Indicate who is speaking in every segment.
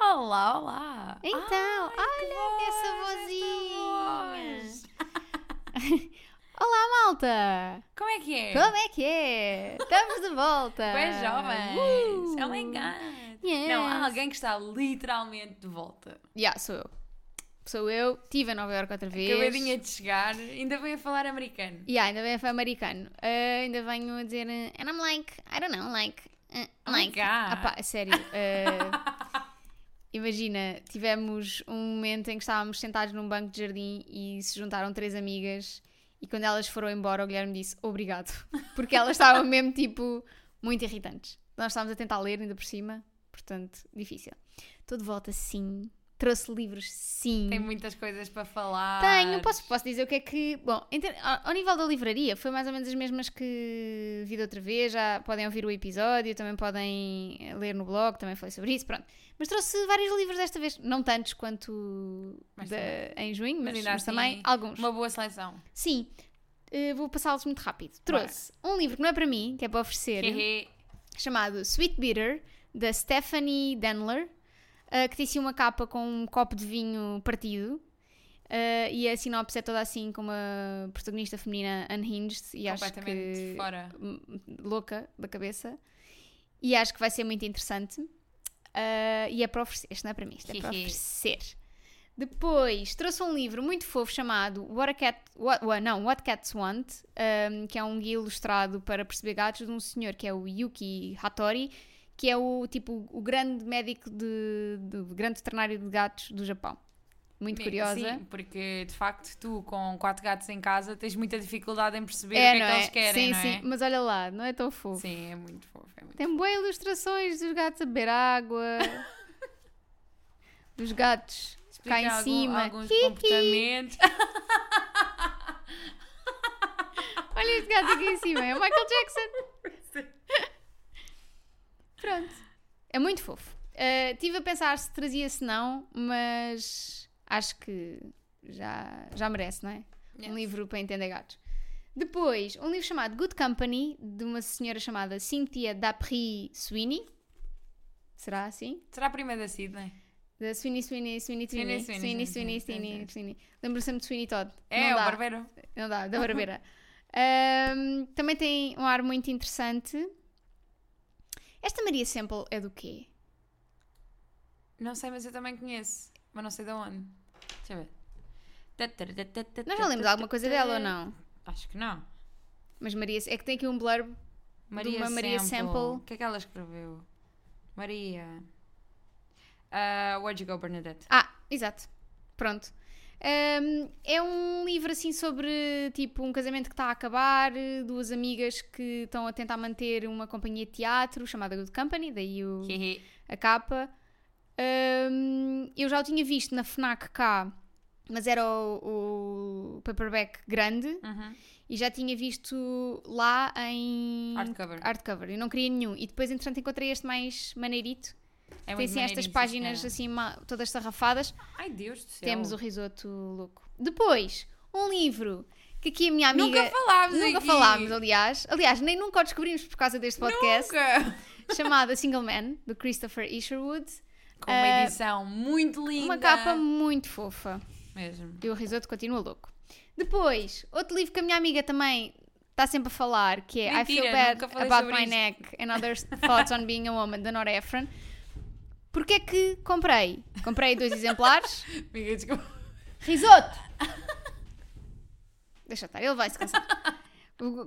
Speaker 1: Olá, olá.
Speaker 2: Então, olha essa vozinha. Olá, malta!
Speaker 1: Como é que é?
Speaker 2: Como é que é? Estamos de volta!
Speaker 1: Tu és jovens.
Speaker 2: Uh!
Speaker 1: Oh my god.
Speaker 2: Yes.
Speaker 1: Não, há alguém que está literalmente de volta.
Speaker 2: Yeah, sou eu. Sou eu. Estive em Nova Iorque outra vez.
Speaker 1: Acabadinha de chegar, ainda vem a falar americano.
Speaker 2: Yeah, ainda bem foi americano. Ah, ainda venho a dizer... eh, And I'm like... I don't know, like... eh,
Speaker 1: Oh my
Speaker 2: like...
Speaker 1: God.
Speaker 2: Ah pá, a sério. ah, imagina, tivemos um momento em que estávamos sentados num banco de jardim e se juntaram três amigas e quando elas foram embora o Guilherme disse obrigado. Porque elas estavam mesmo, tipo, muito irritantes. Nós estávamos a tentar ler ainda por cima, portanto, difícil. Estou de volta, sim. Trouxe livros, sim.
Speaker 1: Tem muitas coisas para falar.
Speaker 2: Tenho, posso, posso dizer o que é que. Bom, em ter- ao, ao nível da livraria, foi mais ou menos as mesmas que vi da outra vez. Já podem ouvir o episódio, também podem eh, ler no blog, também falei sobre isso, pronto. Mas trouxe vários livros desta vez, não tantos quanto
Speaker 1: Mas
Speaker 2: da- em junho, mas,
Speaker 1: Mas ainda
Speaker 2: mas
Speaker 1: assim,
Speaker 2: também alguns.
Speaker 1: Uma boa seleção.
Speaker 2: Sim, eh, vou passá-los muito rápido. Trouxe um livro que não é para mim, que é para oferecer
Speaker 1: Hehe.
Speaker 2: chamado Sweet Bitter, da Stephanie Denler, eh, que tem assim uma capa com um copo de vinho partido. eh, e a sinopse é toda assim com uma protagonista feminina unhinged e acho
Speaker 1: Completamente
Speaker 2: que
Speaker 1: fora.
Speaker 2: m- louca da cabeça e acho que vai ser muito interessante Ah, e é para oferecer, este não é para mim, isto é para
Speaker 1: Hihi.
Speaker 2: oferecer depois trouxe um livro muito fofo chamado What, a Cat, What, What- não, What Cats Want ahm, que é um guia ilustrado para perceber gatos de um senhor que é o Yuki Hattori que é o tipo o grande médico de, de- grande veterinário de gatos do Japão muito
Speaker 1: Sim,
Speaker 2: curiosa
Speaker 1: Sim, porque de facto tu com quatro gatos em casa tens muita dificuldade em perceber o que é
Speaker 2: não
Speaker 1: que eles querem,
Speaker 2: sim,
Speaker 1: não
Speaker 2: sim, mas olha lá, não é tão
Speaker 1: é?
Speaker 2: fofo
Speaker 1: Sim, é muito fofo. É muito
Speaker 2: Tem boas ilustrações dos gatos a beber água, dos gatos cá
Speaker 1: Explica
Speaker 2: em
Speaker 1: algum-
Speaker 2: cima.
Speaker 1: alguns
Speaker 2: Hi, hi.
Speaker 1: comportamentos.
Speaker 2: Olha este gato aqui em cima, é o Michael Jackson. Pronto. É muito fofo. Estive a pensar se trazia, se não, mas acho que já, já merece, não é?
Speaker 1: Yes.
Speaker 2: Um livro para entender gatos. Depois, um livro chamado Good Company, de uma senhora chamada Cynthia Dapri Sweeney. Será assim?
Speaker 1: Será a prima da Sidney?
Speaker 2: Da Sweeney, Sweeney, Sweeney, Sweeney,
Speaker 1: Sweeney,
Speaker 2: Sweeney, Sweeney,
Speaker 1: Sweeney, Sweeney,
Speaker 2: Sweeney,
Speaker 1: Sweeney.
Speaker 2: Sweeney. Lembro sempre de Sweeney Todd.
Speaker 1: É,
Speaker 2: não
Speaker 1: o
Speaker 2: dá,
Speaker 1: barbeiro.
Speaker 2: Não dá, da barbeira. Ahm, também tem um ar muito interessante. Esta Maria Sample é do quê?
Speaker 1: Não sei, mas eu também conheço. Mas não sei de onde. Deixa eu ver.
Speaker 2: Nós já lemos alguma coisa dela ou não?
Speaker 1: Acho que não.
Speaker 2: Mas Maria, é que tem aqui um blurb.
Speaker 1: Maria
Speaker 2: uma Maria
Speaker 1: Sample.
Speaker 2: Sample.
Speaker 1: O que é que ela escreveu? Maria. Ah, where'd you go, Bernadette?
Speaker 2: Ah, exato. Pronto. Ahm, é um livro assim sobre tipo um casamento que está a acabar, duas amigas que estão a tentar manter uma companhia de teatro chamada Good Company, daí o,
Speaker 1: Hehe.
Speaker 2: a capa. Hum, eu já o tinha visto na FNAC cá, mas era o, o paperback grande
Speaker 1: Uhum.
Speaker 2: e já tinha visto lá em
Speaker 1: Hardcover.
Speaker 2: hardcover. Eu não queria nenhum. E depois, entretanto, encontrei este mais maneirito.
Speaker 1: É
Speaker 2: Tem
Speaker 1: muito
Speaker 2: assim estas
Speaker 1: maneirinho, sim,
Speaker 2: páginas
Speaker 1: senhora.
Speaker 2: assim ma- todas sarrafadas.
Speaker 1: Ai, Deus do céu.
Speaker 2: Temos o risoto louco. Depois, um livro que aqui a minha amiga.
Speaker 1: Nunca falámos
Speaker 2: nunca
Speaker 1: aqui.
Speaker 2: falámos, aliás. Aliás, nem nunca o descobrimos por causa deste podcast.
Speaker 1: Nunca.
Speaker 2: Chamado A Single Man, do Christopher Isherwood.
Speaker 1: Com uma
Speaker 2: Ah,
Speaker 1: edição muito linda.
Speaker 2: Uma capa muito fofa.
Speaker 1: Mesmo.
Speaker 2: E o risoto continua louco. Depois, outro livro que a minha amiga também está sempre a falar, que é I
Speaker 1: Mentira,
Speaker 2: Feel Bad
Speaker 1: nunca falei
Speaker 2: About
Speaker 1: sobre
Speaker 2: My
Speaker 1: isto.
Speaker 2: Neck and Other Thoughts on Being a Woman, da Nora Ephron. Porquê é que comprei? Comprei dois exemplares.
Speaker 1: Amiga, desculpa.
Speaker 2: Risoto! Deixa estar, ele vai se cansar.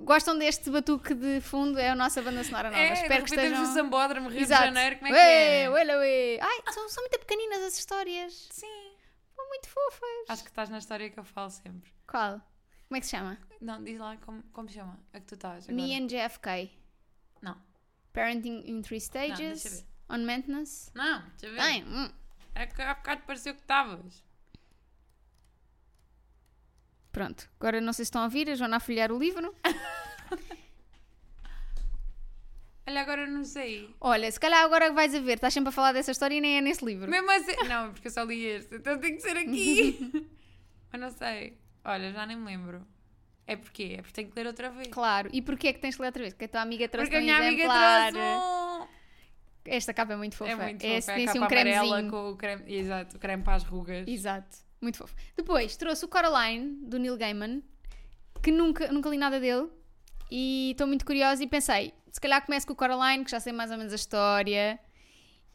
Speaker 2: Gostam deste batuque de fundo? É a nossa banda sonora nova.
Speaker 1: É,
Speaker 2: Espero
Speaker 1: de
Speaker 2: que
Speaker 1: repente temos
Speaker 2: estejam...
Speaker 1: o Sambódromo, Rio
Speaker 2: Exato.
Speaker 1: de Janeiro, como é que
Speaker 2: Ué,
Speaker 1: é?
Speaker 2: ué, ué. Ai, são, são muito pequeninas as histórias.
Speaker 1: Sim.
Speaker 2: São muito fofas.
Speaker 1: Acho que estás na história que eu falo sempre.
Speaker 2: Qual? Como é que se chama?
Speaker 1: Não, diz lá como, como chama. A que tu estás agora.
Speaker 2: Me and JFK.
Speaker 1: Não.
Speaker 2: Parenting in Three
Speaker 1: deixa
Speaker 2: Stages. on Maintenance.
Speaker 1: Não, deixa eu ver.
Speaker 2: Bem, hum,
Speaker 1: É que há bocado pareceu que estavas.
Speaker 2: pronto. Agora não sei se estão a ouvir a Joana a folhear o livro.
Speaker 1: Olha, agora eu não sei.
Speaker 2: Olha, se calhar agora vais a ver. Estás sempre a falar dessa história e nem é nesse livro.
Speaker 1: Mesmo assim... Não, porque eu só li este. Então tem que ser aqui. Mas não sei. Olha, já nem me lembro. É porque É porque tenho que ler outra vez.
Speaker 2: Claro. E porquê é que tens de ler outra vez? Porque a tua amiga trouxe
Speaker 1: porque a
Speaker 2: um
Speaker 1: minha amiga
Speaker 2: exemplar.
Speaker 1: trouxe um...
Speaker 2: Esta capa é muito fofa.
Speaker 1: É muito
Speaker 2: é
Speaker 1: fofa.
Speaker 2: se
Speaker 1: É a
Speaker 2: desse
Speaker 1: capa
Speaker 2: um
Speaker 1: amarela
Speaker 2: cremezinho.
Speaker 1: com o creme, exato, o creme para as rugas.
Speaker 2: Exato. Muito fofo. Depois trouxe o Coraline, do Neil Gaiman, que nunca, nunca li nada dele. E estou muito curiosa e pensei, se calhar começo com o Coraline, que já sei mais ou menos a história.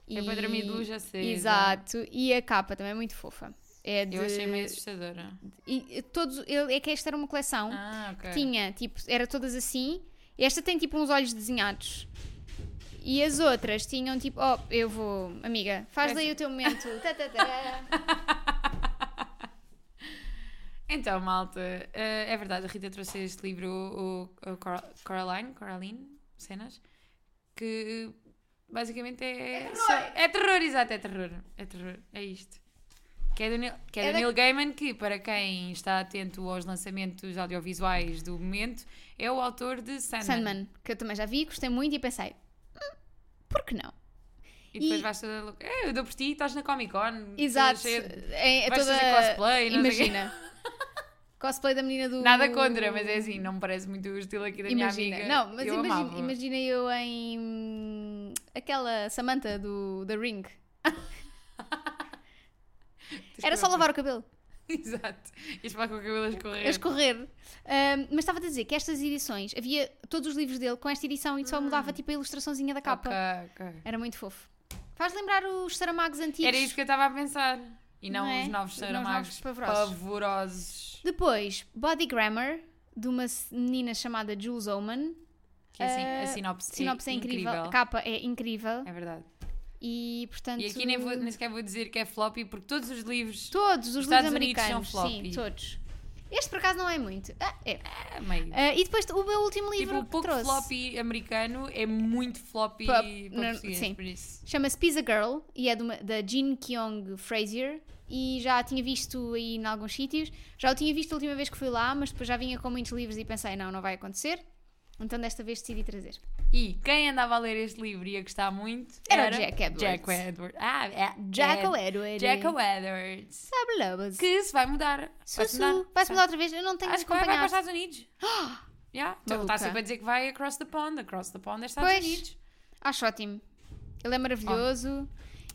Speaker 1: É para dormir de luz acesa.
Speaker 2: Exato. E a capa também é muito fofa. É de...
Speaker 1: Eu achei meio assustadora.
Speaker 2: e todos, ele- é que esta era uma coleção
Speaker 1: Ah, ok.
Speaker 2: que tinha, tipo, era todas assim. Esta tem tipo uns olhos desenhados. E as outras tinham tipo, oh, eu vou, amiga, faz daí o teu momento. Tá, tá, tá.
Speaker 1: Então, malta, eh, é verdade, a Rita trouxe este livro, o, o Cor- Coraline, Coraline, cenas, que basicamente é. É terror! é terror, exato, é terror. É terror, é isto. Que é do, Neil, que é
Speaker 2: É
Speaker 1: do
Speaker 2: da-
Speaker 1: Neil Gaiman, que para quem está atento aos lançamentos audiovisuais do momento, é o autor de Sandman.
Speaker 2: Sandman, que eu também já vi, gostei muito e pensei, "Hum, por que não?
Speaker 1: E depois
Speaker 2: E-
Speaker 1: vais toda louca. É, eu dou por ti, estás na Comic Con.
Speaker 2: Exato.
Speaker 1: cheia de-
Speaker 2: É, é
Speaker 1: vais
Speaker 2: toda...
Speaker 1: fazer cosplay, não sei o quê.
Speaker 2: Imagina. cosplay da menina do...
Speaker 1: Nada contra, mas é assim, não me parece muito o estilo aqui da
Speaker 2: Imagina,
Speaker 1: minha amiga.
Speaker 2: não, mas
Speaker 1: eu
Speaker 2: imagina,
Speaker 1: amava.
Speaker 2: imagina eu em hum, aquela Samantha do The Ring. Era só lavar o cabelo.
Speaker 1: Exato. Ias falar com o cabelo a escorrer.
Speaker 2: a escorrer. Ahm, mas estava a dizer que estas edições, havia todos os livros dele com esta edição e só mudava tipo a ilustraçãozinha da capa.
Speaker 1: Ah. Ok, ok.
Speaker 2: Era muito fofo. Faz lembrar os Saramagos antigos.
Speaker 1: Era isso que eu estava a pensar. E não,
Speaker 2: Não é?
Speaker 1: os novos
Speaker 2: Não os novos
Speaker 1: saramagos
Speaker 2: pavorosos.
Speaker 1: pavorosos.
Speaker 2: Depois, Body Grammar, de uma menina chamada Jules Oman.
Speaker 1: Que assim,
Speaker 2: Ah,
Speaker 1: a sinopse,
Speaker 2: Sinopse é incrível. a capa é incrível.
Speaker 1: É verdade.
Speaker 2: E portanto.
Speaker 1: E aqui nem, vou- nem sequer vou dizer que é floppy, porque todos os livros.
Speaker 2: Todos os livros
Speaker 1: Estados Unidos são
Speaker 2: americanos. Sim,
Speaker 1: floppy.
Speaker 2: todos. Este por acaso não é muito. Ah, é.
Speaker 1: Ah, meio.
Speaker 2: Ah, e depois o meu último
Speaker 1: tipo,
Speaker 2: livro
Speaker 1: o
Speaker 2: que
Speaker 1: pouco
Speaker 2: trouxe.
Speaker 1: floppy americano é muito floppy
Speaker 2: Pa-
Speaker 1: para
Speaker 2: não,
Speaker 1: português,
Speaker 2: sim.
Speaker 1: por isso.
Speaker 2: Chama-se Pizza Girl e é de uma- da Jean Kyong Fraser e já a tinha visto aí em alguns sítios. Já o tinha visto a última vez que fui lá, mas depois já vinha com muitos livros e pensei, não, não vai acontecer. Então desta vez decidi trazer.
Speaker 1: E quem andava a ler este livro e a gostar muito
Speaker 2: Era o Jack Edwards.
Speaker 1: Jack Edwards. Ah, é.
Speaker 2: Jacko
Speaker 1: é-
Speaker 2: Edward.
Speaker 1: Jack Edwards.
Speaker 2: Sabe lobos.
Speaker 1: Que se vai mudar. Vai-se
Speaker 2: Sussu. Vai-se mudar outra vez? Eu não tenho
Speaker 1: Acho que vai, vai para
Speaker 2: acompanhado.
Speaker 1: os Estados Unidos. yeah. Então,
Speaker 2: Maluca.
Speaker 1: está sempre a dizer que vai across the pond. Across the pond é Estados
Speaker 2: Pois.
Speaker 1: Unidos.
Speaker 2: Acho ótimo. Ele é maravilhoso.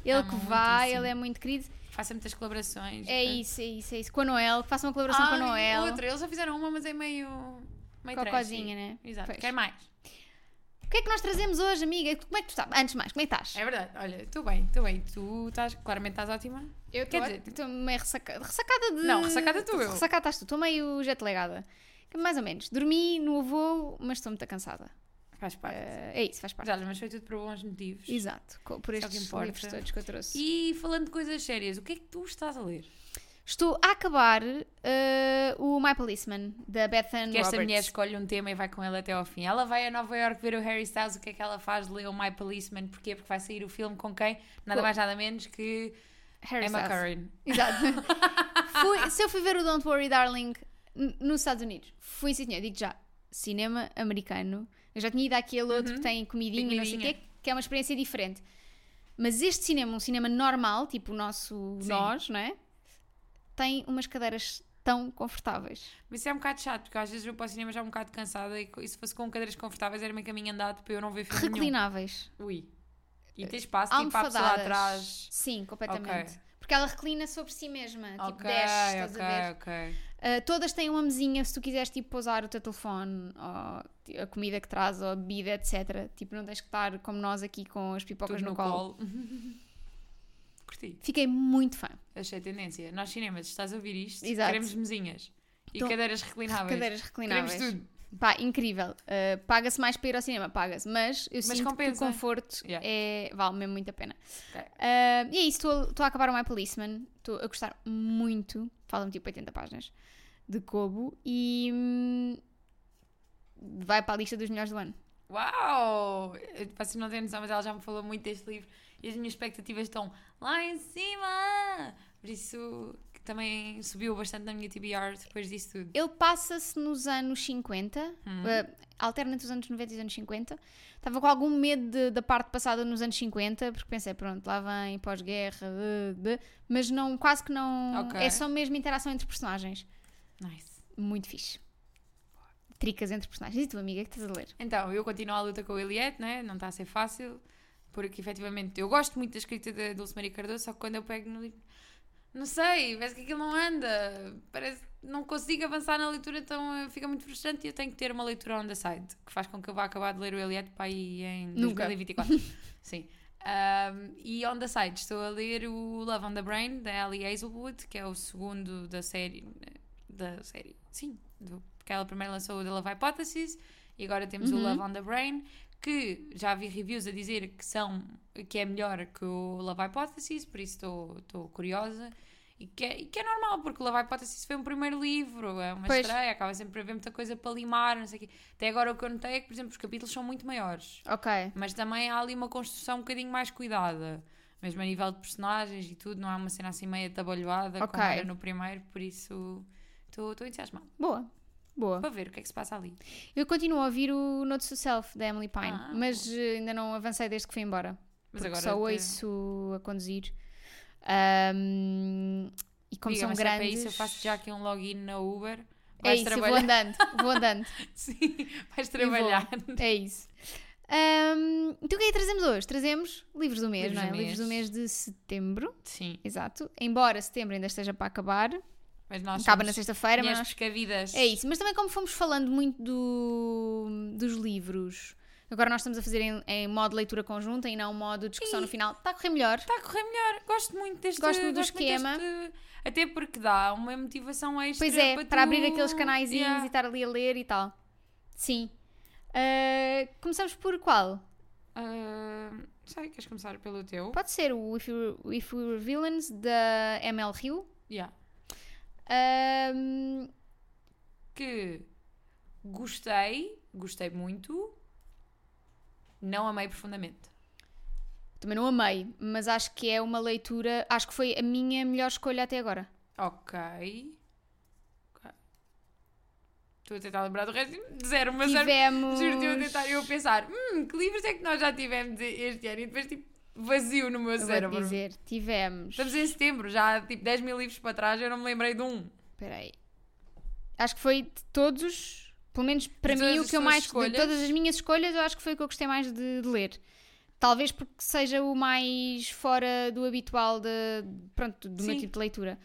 Speaker 2: Ele
Speaker 1: Amo
Speaker 2: que
Speaker 1: muito assim.
Speaker 2: vai,
Speaker 1: isso.
Speaker 2: ele é muito querido.
Speaker 1: Faça muitas colaborações.
Speaker 2: É isso, é isso, é isso. Com a Noel, que faça uma colaboração com a Noel.
Speaker 1: Ah, Outra. Eles já fizeram uma, mas é meio... meio
Speaker 2: Cocózinha, né?
Speaker 1: trashy. Exato.
Speaker 2: Pois.
Speaker 1: Quer mais?
Speaker 2: O que é que nós trazemos hoje, amiga? Como é que tu estás? Antes de mais, como é que estás?
Speaker 1: É verdade. Olha, tu bem, tu bem. Tu estás... Claramente estás ótima.
Speaker 2: Eu
Speaker 1: Quer dizer-
Speaker 2: estou meio ressacada. Ressacada de.
Speaker 1: Não, ressacada tu, eu.
Speaker 2: Ressacada estás tu. Estou meio jet legada. Mais ou menos. Dormi no avô, mas estou muito cansada.
Speaker 1: Faz parte.
Speaker 2: Eh, é isso, faz parte.
Speaker 1: Já, mas foi tudo por bons motivos.
Speaker 2: Exato. co- Por
Speaker 1: Isso é o que
Speaker 2: estes
Speaker 1: importa.
Speaker 2: livros todos que eu trouxe.
Speaker 1: E falando de coisas sérias, o que é que tu estás a ler?
Speaker 2: Estou a acabar eh, o My Policeman, da Bethan
Speaker 1: Que esta
Speaker 2: Roberts.
Speaker 1: mulher escolhe um tema e vai com ele até ao fim. Ela vai a Nova York ver o Harry Styles, o que é que ela faz? Lê o My Policeman, porquê? Porque vai sair o filme com quem? Nada
Speaker 2: Com-
Speaker 1: mais, nada menos que
Speaker 2: Harry
Speaker 1: Emma
Speaker 2: Styles.
Speaker 1: Curran.
Speaker 2: Exato. Fui- se eu fui ver o Don't Worry Darling n- nos Estados Unidos, fui sim, senhor, digo já, cinema americano. Eu já tinha ido àquele outro que tem comidinha,
Speaker 1: Tem
Speaker 2: não sei o quê,
Speaker 1: Uhum. comidinha.
Speaker 2: que é uma experiência diferente. Mas este cinema, um cinema normal, tipo o nosso
Speaker 1: Sim.
Speaker 2: nós, não é? Tem umas cadeiras tão confortáveis.
Speaker 1: Mas isso é um bocado chato, porque às vezes eu para o cinema já um bocado cansada e, co- e se fosse com cadeiras confortáveis era meio caminho andado para eu não ver filme
Speaker 2: Reclináveis.
Speaker 1: nenhum. Ui. E tem espaço, tipo, para a pessoa
Speaker 2: Almofadadas.
Speaker 1: atrás.
Speaker 2: Sim, completamente. Porque ela reclina sobre si mesma, tipo
Speaker 1: ok,
Speaker 2: desce, estás a ver?
Speaker 1: ok, ok.
Speaker 2: Uh, todas têm uma mesinha se tu quiseres tipo pousar o teu telefone ou ti- a comida que traz ou a bebida, etc. Tipo, não tens que estar como nós aqui com as pipocas
Speaker 1: Tudo
Speaker 2: no,
Speaker 1: no
Speaker 2: colo.
Speaker 1: colo. Curti.
Speaker 2: Fiquei muito fã.
Speaker 1: Achei tendência. Nós cinemas, estás a ouvir isto?
Speaker 2: Exato.
Speaker 1: Queremos mesinhas. E
Speaker 2: Então,
Speaker 1: cadeiras reclináveis.
Speaker 2: Cadeiras reclináveis.
Speaker 1: Queremos tudo.
Speaker 2: Pá, incrível. Uh, paga-se mais para ir ao cinema, paga-se. Mas eu sinto que o
Speaker 1: compensa.
Speaker 2: conforto
Speaker 1: Yeah.
Speaker 2: é, vale mesmo muito a pena.
Speaker 1: Ok.
Speaker 2: Uh, e é isso, estou a- estou a acabar o My Policeman. Estou a gostar muito. Falam tipo 80 páginas de Kobo e hum, vai para a lista dos melhores do ano.
Speaker 1: Uau! Eu- Vocês não têm noção, mas ela já me falou muito deste livro e as minhas expectativas estão lá em cima! Por isso que também subiu bastante na minha TBR depois disso tudo.
Speaker 2: Ele passa-se nos anos 50,
Speaker 1: Uhum.
Speaker 2: eh, alterna entre os anos 90 e os anos 50. Estava com algum medo de- da parte passada nos anos 50, porque pensei, pronto, lá vem pós-guerra, eh, de- mas não, quase que não.
Speaker 1: Ok.
Speaker 2: É só mesmo interação entre personagens.
Speaker 1: Nice.
Speaker 2: Muito fixe. Tricas entre personagens. E tu, amiga, que estás a ler?
Speaker 1: Então, eu continuo a luta com o Eliette, né? não está a ser fácil. Porque efetivamente eu gosto muito da escrita da Dulce Maria Cardoso, só que quando eu pego no livro. Não sei, parece que aquilo não anda. Parece não consigo avançar na leitura, então eh, fica muito frustrante e eu tenho que ter uma leitura on the side, que faz com que eu vá acabar de ler o Eliade para aí em
Speaker 2: Nunca.
Speaker 1: 2024. Sim. Ahm, e on the side, estou a ler o Love on the Brain, da Ellie Hazelwood, que é o segundo da série. Da série. Sim, do- porque ela primeiro lançou o The Love Hypothesis e agora temos o
Speaker 2: Uhum.
Speaker 1: Love on the Brain, que já vi reviews a dizer que são que é melhor que o Love Hypothesis, por isso estou- estou curiosa. E que, é, e que é normal, porque o Love Hypothesis foi um primeiro livro, é uma
Speaker 2: Pois.
Speaker 1: estreia, acaba sempre a haver muita coisa para limar, não sei o quê. Até agora o que eu notei é que, por exemplo, os capítulos são muito maiores,
Speaker 2: Ok.
Speaker 1: mas também há ali uma construção um bocadinho mais cuidada, mesmo a nível de personagens e tudo, não há uma cena assim meio atabalhoada
Speaker 2: Ok.
Speaker 1: como era no primeiro, por isso estou estou entusiasmada
Speaker 2: Boa. Boa.
Speaker 1: para ver o que é que se passa ali.
Speaker 2: Eu continuo a ouvir o Notes to Self da Emily Pine,
Speaker 1: Ah,
Speaker 2: mas eh, ainda não avancei desde que fui embora.
Speaker 1: Mas
Speaker 2: porque
Speaker 1: agora
Speaker 2: só
Speaker 1: te-
Speaker 2: ouço a conduzir. Ahm, e como
Speaker 1: Diga,
Speaker 2: são
Speaker 1: mas se é
Speaker 2: grandes.
Speaker 1: para isso, eu faço já aqui um login na Uber.
Speaker 2: é
Speaker 1: Vais
Speaker 2: isso, eu vou
Speaker 1: trabalhar.
Speaker 2: andando, vou andando.
Speaker 1: Sim, vais
Speaker 2: vou.
Speaker 1: trabalhar.
Speaker 2: É isso. Ahm, então o que é que trazemos hoje? Trazemos livros do mês,
Speaker 1: Livros
Speaker 2: não é?
Speaker 1: do
Speaker 2: Livros do mês de setembro,
Speaker 1: Sim,
Speaker 2: exato. Embora setembro ainda esteja para acabar,
Speaker 1: mas nós
Speaker 2: acaba na
Speaker 1: somos
Speaker 2: sexta-feira, mas
Speaker 1: minhas
Speaker 2: nós...
Speaker 1: pescavidas.
Speaker 2: É isso, mas também como fomos falando muito do- dos livros, agora nós estamos a fazer em, em modo leitura conjunta e não um modo discussão no final, está a correr melhor.
Speaker 1: Está a correr melhor. Gosto muito deste
Speaker 2: Gosto muito do
Speaker 1: deste-
Speaker 2: esquema.
Speaker 1: até porque dá uma motivação extra.
Speaker 2: Pois é, para,
Speaker 1: tu-
Speaker 2: abrir aqueles canaizinhos
Speaker 1: Yeah.
Speaker 2: e estar ali a ler e tal. Sim. Ah, começamos por qual?
Speaker 1: Ah, sei, queres começar pelo teu?
Speaker 2: Pode ser o If We Were, If We Were Villains da ML Rio.
Speaker 1: Yeah.
Speaker 2: Ahm,
Speaker 1: Que gostei, gostei muito, não amei profundamente.
Speaker 2: também não amei, mas acho que é uma leitura. Acho que foi a minha melhor escolha até agora.
Speaker 1: Ok. Ok. Estou a tentar lembrar do resto de zero, mas juro
Speaker 2: Tivemos.
Speaker 1: juro-te, eu a tentar eu a pensar, hum, que livros é que nós já tivemos este ano? E depois tipo vazio no meu
Speaker 2: eu
Speaker 1: cérebro.
Speaker 2: vou dizer, tivemos.
Speaker 1: Estamos em setembro, já há tipo 10 mil livros para trás, eu não me lembrei de um.
Speaker 2: Espera aí. Acho que foi de todos, pelo menos para
Speaker 1: De
Speaker 2: mim,
Speaker 1: todas
Speaker 2: o
Speaker 1: as
Speaker 2: que eu
Speaker 1: tuas
Speaker 2: mais. De
Speaker 1: escolhas?
Speaker 2: todas as minhas escolhas, eu acho que foi o que eu gostei mais de, de ler. Talvez porque seja o mais fora do habitual de, pronto, do meu
Speaker 1: Sim.
Speaker 2: tipo de leitura.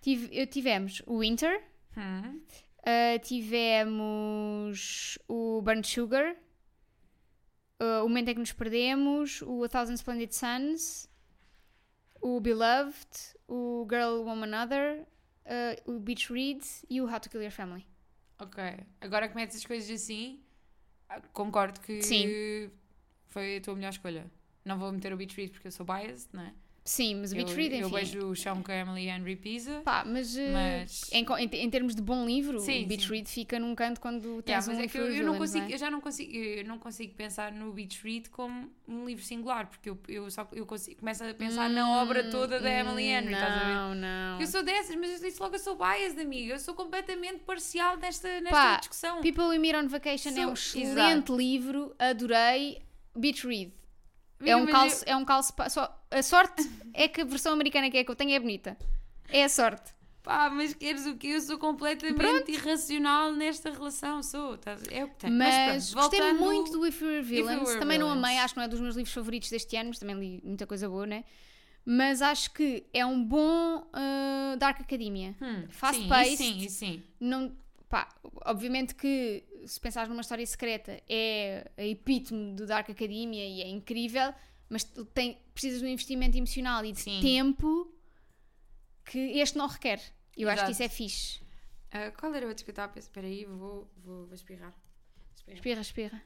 Speaker 2: Tive, eu tivemos o Winter,
Speaker 1: Hum.
Speaker 2: ah, tivemos o Burnt Sugar, ah, O Momento em que Nos Perdemos, o A Thousand Splendid Suns, o Beloved, o Girl Woman Other, ah, o Beach Read e o How to Kill Your Family.
Speaker 1: Ok. Agora que metes as coisas assim, ah, concordo que
Speaker 2: Sim.
Speaker 1: foi a tua melhor escolha. Não vou meter o Beach Read porque eu sou biased, não é?
Speaker 2: Sim, mas o Beach
Speaker 1: eu,
Speaker 2: Read,
Speaker 1: eu
Speaker 2: enfim.
Speaker 1: vejo o chão com a Emily Henry Pisa.
Speaker 2: Pá, mas, ah,
Speaker 1: Mas-
Speaker 2: Em, co- em te- em termos de bom livro,
Speaker 1: Sim,
Speaker 2: o Beach
Speaker 1: sim.
Speaker 2: Read fica num canto quando
Speaker 1: Yeah,
Speaker 2: tens
Speaker 1: mas
Speaker 2: um
Speaker 1: é que eu,
Speaker 2: Inferior
Speaker 1: eu não
Speaker 2: Villains,
Speaker 1: consigo,
Speaker 2: é?
Speaker 1: eu já não consigo, eu não consigo pensar no Beach Read como um livro singular, porque eu, eu só eu consigo, começo a pensar na obra toda da Emily
Speaker 2: Hum,
Speaker 1: Henry, estás a ver?
Speaker 2: Não, não.
Speaker 1: Eu sou dessas, mas eu disse logo eu sou biased, amiga. Eu sou completamente parcial nesta, nesta
Speaker 2: Pá, tipo,
Speaker 1: discussão.
Speaker 2: People We Meet on Vacation é um
Speaker 1: Sou-
Speaker 2: excelente
Speaker 1: Exato.
Speaker 2: livro, adorei. Beach Read.
Speaker 1: Amiga,
Speaker 2: é um
Speaker 1: mas
Speaker 2: calço,
Speaker 1: eu-
Speaker 2: é um calço pa- só A sorte é que a versão americana que é que eu tenho é bonita. É a sorte.
Speaker 1: Pá, mas queres o quê? Eu sou completamente irracional nesta relação. Sou, estás- é o que tem.
Speaker 2: Mas,
Speaker 1: pronto,
Speaker 2: gostei
Speaker 1: voltando-
Speaker 2: muito do If We Were
Speaker 1: We
Speaker 2: Villains.
Speaker 1: Were
Speaker 2: também não
Speaker 1: Villains.
Speaker 2: amei, acho que não é dos meus livros favoritos deste ano, mas também li muita coisa boa, né? Mas acho que é um bom ah, Dark Academia.
Speaker 1: Hum,
Speaker 2: Fast
Speaker 1: sim,
Speaker 2: paced.
Speaker 1: e Sim, e sim.
Speaker 2: não pá, obviamente que se pensares numa história secreta é a epítome do Dark Academia e é incrível, mas tu tem, precisas de um investimento emocional e de
Speaker 1: Sim.
Speaker 2: tempo que este não requer. Eu acho que
Speaker 1: Exato.
Speaker 2: isso é fixe.
Speaker 1: Ah, qual era o outro que eu estava a pensar? Espera aí, vou, vou, vou espirrar. Espirrar.
Speaker 2: Espirra, espirra.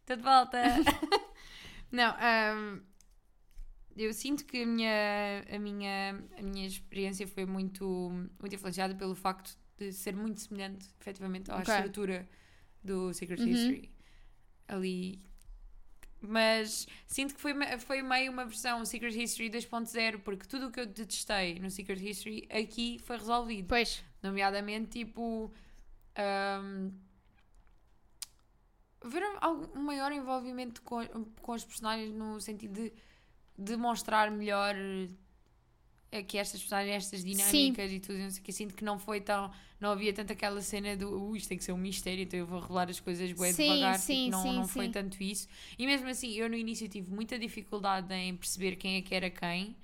Speaker 1: Estou de volta. não, ahm, eu sinto que a minha, a, minha, a minha experiência foi muito, muito influenciada pelo facto de ser muito semelhante, efetivamente, à
Speaker 2: Ok.
Speaker 1: estrutura do Secret
Speaker 2: Uhum.
Speaker 1: History. Ali. Mas sinto que foi, me- foi meio uma versão Secret History 2.0, porque tudo o que eu detestei no Secret History aqui foi resolvido.
Speaker 2: Pois,
Speaker 1: Nomeadamente, tipo. ahm, ver algum um maior envolvimento com, com os personagens no sentido de demonstrar melhor eh, eh, que estas personagens, estas dinâmicas e tudo, e não sei o que, sinto que não foi tão. Não havia tanto aquela cena do "Ui, isto tem que ser um mistério, então eu vou revelar as coisas bem
Speaker 2: Sim,
Speaker 1: devagar.
Speaker 2: sim,
Speaker 1: tipo, não,
Speaker 2: sim,
Speaker 1: não foi
Speaker 2: sim.
Speaker 1: tanto isso. E mesmo assim, eu no início tive muita dificuldade em perceber quem é que era quem.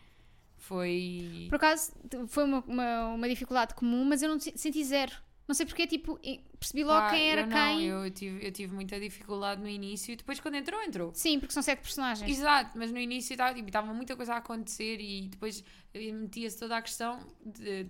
Speaker 1: Foi.
Speaker 2: Por acaso, t- foi uma, uma, uma dificuldade comum, mas eu não se- senti zero. Não sei porque, tipo, e- percebi logo
Speaker 1: Pá,
Speaker 2: quem era
Speaker 1: Ah, eu não,
Speaker 2: quem.
Speaker 1: Eu tive, eu tive muita dificuldade no início e depois quando entrou, entrou.
Speaker 2: Sim, porque são sete personagens.
Speaker 1: Exato, mas no início estava tipo, estava muita coisa a acontecer e depois eh, metia-se toda a questão de-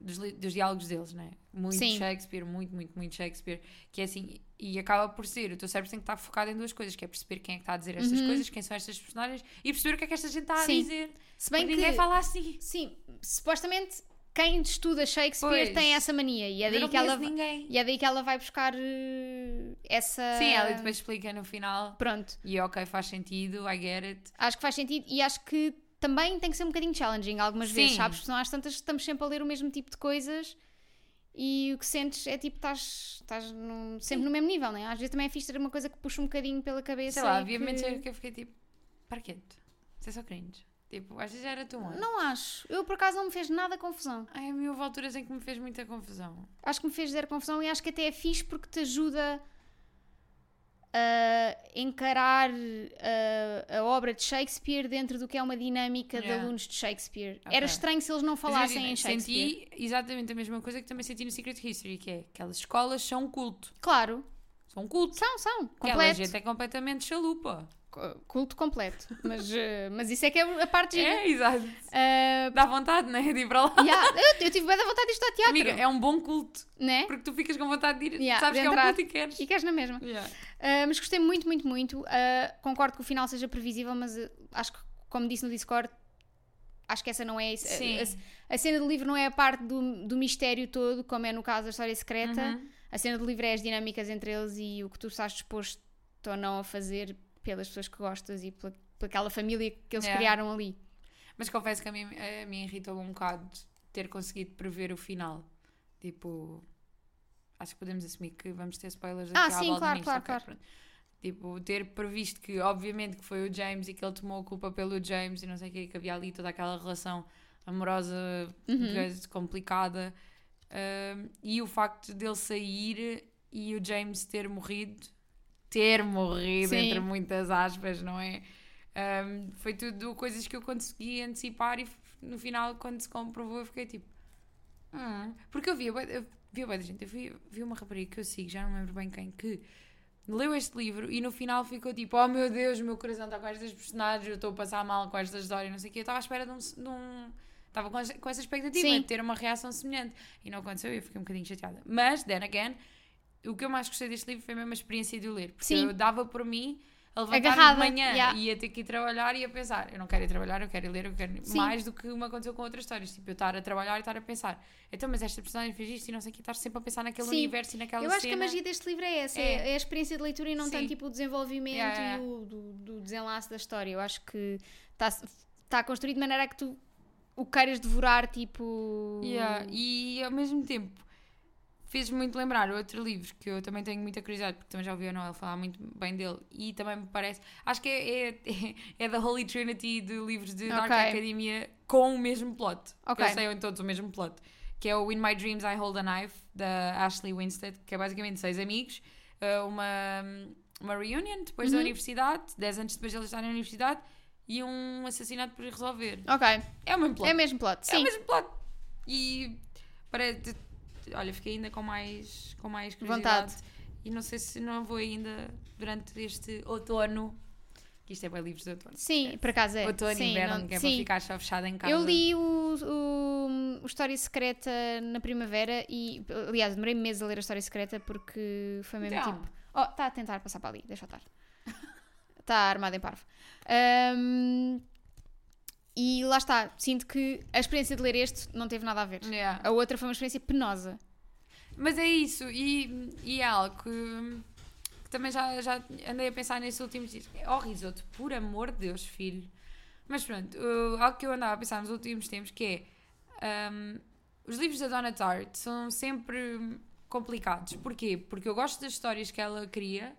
Speaker 1: dos, li- dos diálogos deles, né? Muito
Speaker 2: Sim.
Speaker 1: Shakespeare, muito, muito, muito Shakespeare. Que é assim, e acaba por ser, o teu cérebro tem que estar focado em duas coisas, que é perceber quem é que está a dizer estas
Speaker 2: Uhum.
Speaker 1: coisas, quem são estas personagens e perceber o que é que esta gente está a
Speaker 2: Sim.
Speaker 1: dizer.
Speaker 2: Se bem
Speaker 1: Porque ninguém
Speaker 2: que,
Speaker 1: fala assim.
Speaker 2: sim, supostamente, quem estuda Shakespeare
Speaker 1: Pois.
Speaker 2: tem essa mania. E é
Speaker 1: Eu
Speaker 2: daí
Speaker 1: não
Speaker 2: que ela,
Speaker 1: conheço ninguém.
Speaker 2: e é daí que ela vai buscar eh, essa...
Speaker 1: Sim, ela é depois explica no final.
Speaker 2: Pronto,
Speaker 1: E é ok, faz sentido, I get it.
Speaker 2: acho que faz sentido e acho que também tem que ser um bocadinho challenging algumas
Speaker 1: Sim.
Speaker 2: vezes, sabes? Porque senão às tantas estamos sempre a ler o mesmo tipo de coisas e o que sentes é tipo, estás, estás num- sempre no mesmo nível, né? Às vezes também é fixe ter uma coisa que puxa um bocadinho pela cabeça.
Speaker 1: Sei lá,
Speaker 2: e
Speaker 1: havia
Speaker 2: que-
Speaker 1: momentos em que eu fiquei tipo, para quente. Isso é só cringe. Tipo, às vezes era tão longe.
Speaker 2: Não acho. Eu por acaso não me fez nada confusão.
Speaker 1: Ai, a mim houve alturas em que me fez muita confusão.
Speaker 2: Acho que me fez zero confusão e acho que até é fixe porque te ajuda a encarar uh, a obra de Shakespeare dentro do que é uma dinâmica de
Speaker 1: Yeah.
Speaker 2: alunos de Shakespeare.
Speaker 1: Ok.
Speaker 2: Era estranho se eles não
Speaker 1: Mas
Speaker 2: falassem
Speaker 1: imagina,
Speaker 2: em Shakespeare.
Speaker 1: Senti exatamente a mesma coisa que também senti no Secret History, que é aquelas escolas são um culto.
Speaker 2: Claro.
Speaker 1: São um culto.
Speaker 2: São, são.
Speaker 1: Aquela
Speaker 2: Completo.
Speaker 1: gente é completamente chalupa.
Speaker 2: Co- Culto completo. Mas, eh, mas isso é que é a parte gira.
Speaker 1: É, exato.
Speaker 2: Ah,
Speaker 1: Dá vontade, né? De ir para lá.
Speaker 2: yeah, eu, eu tive bem da vontade de ir ao teatro.
Speaker 1: Amiga, é um bom culto.
Speaker 2: né?
Speaker 1: Porque tu ficas com vontade de ir.
Speaker 2: Yeah,
Speaker 1: sabes
Speaker 2: de
Speaker 1: que é um
Speaker 2: entrar.
Speaker 1: culto e queres.
Speaker 2: E queres na mesma.
Speaker 1: Yeah.
Speaker 2: Ah, mas gostei muito, muito, muito. Ah, concordo que o final seja previsível, mas eh, acho que, como disse no Discord, acho que essa não é. isso. A-
Speaker 1: Sim.
Speaker 2: A, a cena do livro não é a parte do, do mistério todo, como é no caso da história secreta.
Speaker 1: Uhum.
Speaker 2: A cena do livro é as dinâmicas entre eles e o que tu estás disposto ou não a fazer pelas pessoas que gostas e pela, pela aquela família que eles
Speaker 1: Yeah.
Speaker 2: criaram ali.
Speaker 1: Mas confesso que a mim, a mim irritou um bocado ter conseguido prever o final. Tipo, acho que podemos assumir que vamos ter spoilers daqui
Speaker 2: Ah,
Speaker 1: à
Speaker 2: sim,
Speaker 1: volta
Speaker 2: claro,
Speaker 1: nisto,
Speaker 2: claro,
Speaker 1: ok,
Speaker 2: claro.
Speaker 1: pronto. Tipo, ter previsto que, obviamente, que foi o James e que ele tomou a culpa pelo James e não sei o que, que havia ali toda aquela relação amorosa
Speaker 2: Uhum.
Speaker 1: coisa complicada. Ahm, e o facto dele sair e o James ter morrido, ter morrido,
Speaker 2: Sim.
Speaker 1: entre muitas aspas, não é? Um, foi tudo coisas que eu consegui antecipar e f- no final, quando se comprovou, eu fiquei tipo. "Hum." Porque eu vi, eu vi, bué da gente, eu vi, vi uma rapariga que eu sigo, já não lembro bem quem, que leu este livro e no final ficou tipo: Oh meu Deus, o meu coração está com estas personagens, eu estou a passar mal com esta história, não sei o quê. Eu estava à espera de um. s- de um- Estava com, essa- com essa expectativa
Speaker 2: Sim.
Speaker 1: de ter uma reação semelhante e não aconteceu, e eu fiquei um bocadinho chateada. Mas, then again, o que eu mais gostei deste livro foi mesmo a experiência de o ler, porque
Speaker 2: Sim.
Speaker 1: eu dava por mim a levantar
Speaker 2: Agarrada,
Speaker 1: de manhã
Speaker 2: yeah.
Speaker 1: e ia ter que ir trabalhar e ia pensar, eu não quero ir trabalhar, eu quero ir ler, eu quero
Speaker 2: Sim.
Speaker 1: mais do que me aconteceu com outras histórias, tipo eu estar a trabalhar e estar a pensar, então mas esta personagem fez isto e não sei o que, estar sempre a pensar naquele
Speaker 2: Sim.
Speaker 1: universo e naquela
Speaker 2: eu acho que a
Speaker 1: cena.
Speaker 2: magia deste livro é essa, é,
Speaker 1: É.
Speaker 2: é a experiência de leitura e não
Speaker 1: Sim.
Speaker 2: tanto tipo o desenvolvimento
Speaker 1: Yeah, yeah.
Speaker 2: e o do, do desenlace da história. Eu acho que está tá construído de maneira a que tu o queiras devorar, tipo.
Speaker 1: Yeah, E ao mesmo tempo fez muito lembrar outro livro que eu também tenho muita curiosidade, porque também já ouvi a Noel falar muito bem dele e também me parece, acho que é, é, é da Holy Trinity de livros de Dark
Speaker 2: Ok.
Speaker 1: Academia com o mesmo plot.
Speaker 2: Ok.
Speaker 1: Okay. Eles têm todos o mesmo plot. Que é o In My Dreams I Hold a Knife, da Ashley Winstead, que é basicamente seis amigos, eh, uma, uma reunion depois da
Speaker 2: Uhum.
Speaker 1: universidade, dez anos depois de eles estarem na universidade, e um assassinato por resolver.
Speaker 2: Ok,
Speaker 1: É o mesmo plot.
Speaker 2: é mesmo plot,
Speaker 1: É o
Speaker 2: sim.
Speaker 1: mesmo plot. E parece. Olha, fiquei ainda com mais, com mais curiosidade.
Speaker 2: Vontade.
Speaker 1: E não sei se não vou ainda durante este outono. Que isto é bem livros de outono.
Speaker 2: Sim, por acaso é.
Speaker 1: outono
Speaker 2: sim,
Speaker 1: e inverno,
Speaker 2: não-
Speaker 1: que é para
Speaker 2: sim.
Speaker 1: ficar só fechada em casa.
Speaker 2: Eu li o, o, o História Secreta na primavera e, aliás, demorei meses a ler a História Secreta porque foi mesmo
Speaker 1: Então.
Speaker 2: tipo. Oh, está a tentar passar para ali, deixa eu estar. Está armado em parvo. Ahm, e lá está, sinto que a experiência de ler este não teve nada a ver.
Speaker 1: Yeah.
Speaker 2: A outra foi uma experiência penosa.
Speaker 1: Mas é isso, e, e é algo que, que também já, já andei a pensar nesses últimos dias. Oh, risoto, por amor de Deus, filho. Mas pronto, uh, algo que eu andava a pensar nos últimos tempos que é. um, os livros da Donna Tartt são sempre hum, complicados. Porquê? Porque eu gosto das histórias que ela cria.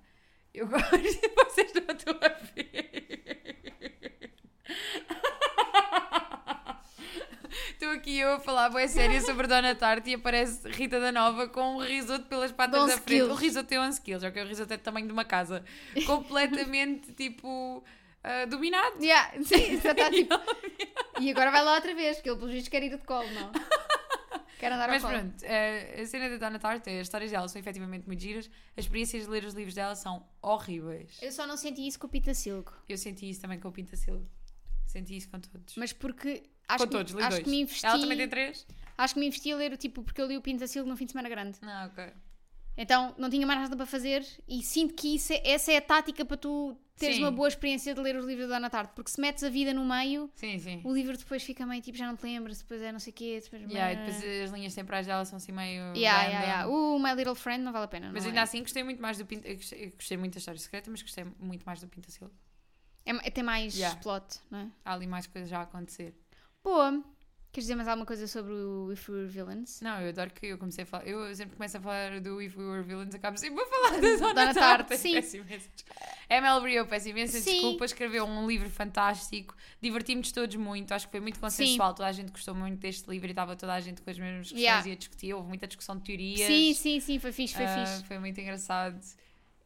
Speaker 1: Eu gosto. Vocês não estão a ver. Estou aqui eu a falar boa sério sobre Dona Tarte e aparece Rita da Nova com um risoto pelas patas
Speaker 2: De 11
Speaker 1: da frente. O
Speaker 2: quilos.
Speaker 1: risoto tem 11 quilos, ok? O risoto é do tamanho de uma casa. Completamente, tipo, ah, dominado.
Speaker 2: Yeah, sim, só tá tipo. e agora vai lá outra vez, porque ele, pelos vistos, quer ir de colo, não? Quer andar
Speaker 1: Mas
Speaker 2: ao colo.
Speaker 1: pronto, eh, a cena da Dona Tarte, as histórias dela são efetivamente muito giras. As experiências de ler os livros dela são horríveis.
Speaker 2: Eu só não senti isso com o Pita Silco.
Speaker 1: Eu senti isso também com o Pinta Silva. Senti isso com todos.
Speaker 2: Mas porque. Acho
Speaker 1: com todos,
Speaker 2: que,
Speaker 1: li
Speaker 2: acho
Speaker 1: dois.
Speaker 2: que me investi.
Speaker 1: Ela também tem três?
Speaker 2: Acho que me investi a ler o tipo, porque eu li o Pinta Silco no fim de semana grande.
Speaker 1: Não, ok.
Speaker 2: Então não tinha mais nada para fazer e sinto que isso é- essa é a tática para tu teres
Speaker 1: Sim.
Speaker 2: uma boa experiência de ler os livros da Ana Tarde, porque se metes a vida no meio,
Speaker 1: Sim, sim.
Speaker 2: o livro depois fica meio tipo, já não te lembras, depois é não sei o quê, depois.
Speaker 1: Yeah, e depois as linhas temporais dela são assim meio.
Speaker 2: Yeah,
Speaker 1: random.
Speaker 2: yeah, yeah. O My Little Friend não vale a pena.
Speaker 1: Mas
Speaker 2: não
Speaker 1: ainda
Speaker 2: é.
Speaker 1: assim gostei muito mais do Pinta. eu Gostei, eu gostei muito da história secreta, mas gostei muito mais do Pinta Silva.
Speaker 2: É, tem mais
Speaker 1: assim- Yeah.
Speaker 2: plot, não é?
Speaker 1: Há ali mais coisas já a acontecer.
Speaker 2: Boa. Queres dizer mais alguma coisa sobre o If We Were Villains?
Speaker 1: Não, eu adoro que eu comecei a falar. Eu sempre começo a falar do If We Were Villains, acabo sempre a falar da Dona
Speaker 2: Dona Tarte,
Speaker 1: Tarte.
Speaker 2: sim.
Speaker 1: Peço imensa desculpa. ML Rio, peço imensa
Speaker 2: Sim.
Speaker 1: desculpa. Escreveu um livro fantástico. Divertimos todos muito. Acho que foi muito consensual. Toda a gente gostou muito deste livro e estava toda a gente com as mesmas questões
Speaker 2: Yeah.
Speaker 1: e a discutir. Houve muita discussão de teorias.
Speaker 2: Sim, sim, sim, foi fixe, foi
Speaker 1: Ah,
Speaker 2: fixe.
Speaker 1: foi muito engraçado.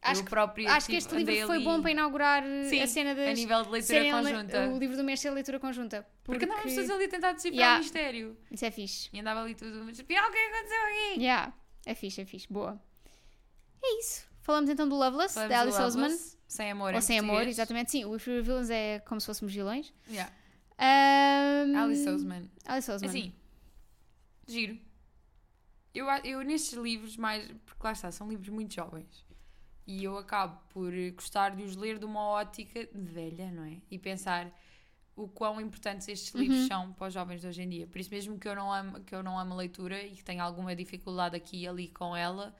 Speaker 2: Acho
Speaker 1: eu
Speaker 2: que-
Speaker 1: próprio,
Speaker 2: Acho que
Speaker 1: tipo,
Speaker 2: este livro
Speaker 1: andei
Speaker 2: foi
Speaker 1: ali
Speaker 2: bom para inaugurar eh,
Speaker 1: Sim,
Speaker 2: a cena
Speaker 1: a
Speaker 2: das.
Speaker 1: nível de leitura
Speaker 2: serem a le-
Speaker 1: conjunta.
Speaker 2: O livro do mestre é a leitura conjunta.
Speaker 1: Porque andávamos todos ali a tentar decifrar
Speaker 2: Yeah.
Speaker 1: o mistério.
Speaker 2: Isso é fixe.
Speaker 1: E andava ali tudo, mas afinal o que é que aconteceu aqui?
Speaker 2: Yeah, é fixe, é fixe. Boa. É isso. Falamos então do Loveless,
Speaker 1: Falamos
Speaker 2: da
Speaker 1: do
Speaker 2: Alice Osman.
Speaker 1: Loveless, Sem amor.
Speaker 2: Ou
Speaker 1: em
Speaker 2: sem amor,
Speaker 1: português.
Speaker 2: exatamente. Sim, o If We Were Villains é como se fôssemos vilões.
Speaker 1: Yeah.
Speaker 2: Ahm,
Speaker 1: Alice Osman.
Speaker 2: Alice Osman.
Speaker 1: Assim, giro. Eu, a- eu nestes livros, mais. Porque lá está, são livros muito jovens. E eu acabo por eh, gostar de os ler de uma ótica de velha, não é? E pensar o quão importantes estes
Speaker 2: Uhum.
Speaker 1: livros são para os jovens de hoje em dia. Por isso mesmo que eu não amo, que eu não amo a leitura e que tenho alguma dificuldade aqui e ali com ela,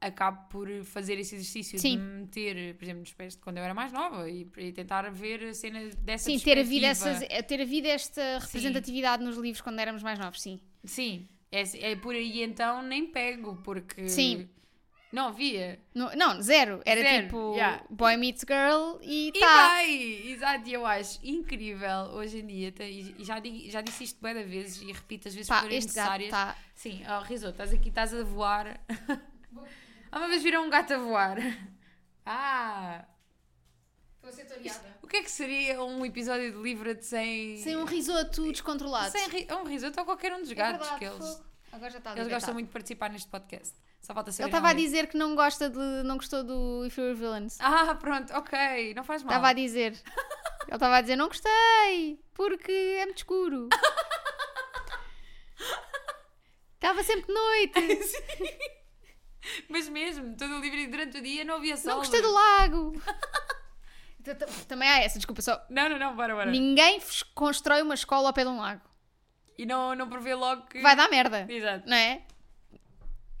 Speaker 1: acabo por fazer esse exercício
Speaker 2: Sim.
Speaker 1: de me meter, por exemplo, nos pés de quando eu era mais nova e, e tentar ver a cena dessa
Speaker 2: Sim, ter havido,
Speaker 1: perspectiva.
Speaker 2: essas, eh, ter havido esta representatividade nos livros quando éramos mais novos, sim.
Speaker 1: Sim, é, é por aí então nem pego, porque.
Speaker 2: Sim.
Speaker 1: Não havia.
Speaker 2: No- não, zero. Era
Speaker 1: Zero,
Speaker 2: tipo
Speaker 1: yeah.
Speaker 2: Boy Meets Girl e
Speaker 1: E
Speaker 2: tá.
Speaker 1: vai! Exato, e eu acho incrível hoje em dia. tem- E já, digo- já disse isto várias vezes e repito as vezes que
Speaker 2: Pá,
Speaker 1: forem
Speaker 2: Tá, este gato
Speaker 1: necessárias.
Speaker 2: está.
Speaker 1: Sim, oh, risoto, estás aqui, estás a voar. Há uma vez viram um gato a voar. Ah!
Speaker 2: Estou a ser toreada.
Speaker 1: O que é que seria um episódio de livro de sem.
Speaker 2: Sem um risoto descontrolado.
Speaker 1: sem ri- um risoto ou qualquer um dos
Speaker 2: É
Speaker 1: gatos
Speaker 2: verdade,
Speaker 1: que eles.
Speaker 2: fogo. Agora já está
Speaker 1: Eles gostam
Speaker 2: libertado.
Speaker 1: muito de participar neste podcast. Só falta saber.
Speaker 2: Ele estava a dizer que não gosta de. não gostou do If You Were Villains.
Speaker 1: Ah, pronto, ok, não faz mal.
Speaker 2: Estava a dizer. Ele estava a dizer, não gostei, porque é muito escuro. Estava sempre de
Speaker 1: É
Speaker 2: noite.
Speaker 1: Mas mesmo, todo o livro e durante o dia não havia sol.
Speaker 2: Não gostei do lago. T- t- Também há essa, desculpa só.
Speaker 1: Não, não, não, bora, bora.
Speaker 2: Ninguém fes- constrói uma escola ao pé de um lago.
Speaker 1: E não, não prevê logo que.
Speaker 2: Vai dar merda,
Speaker 1: Exato.
Speaker 2: não é?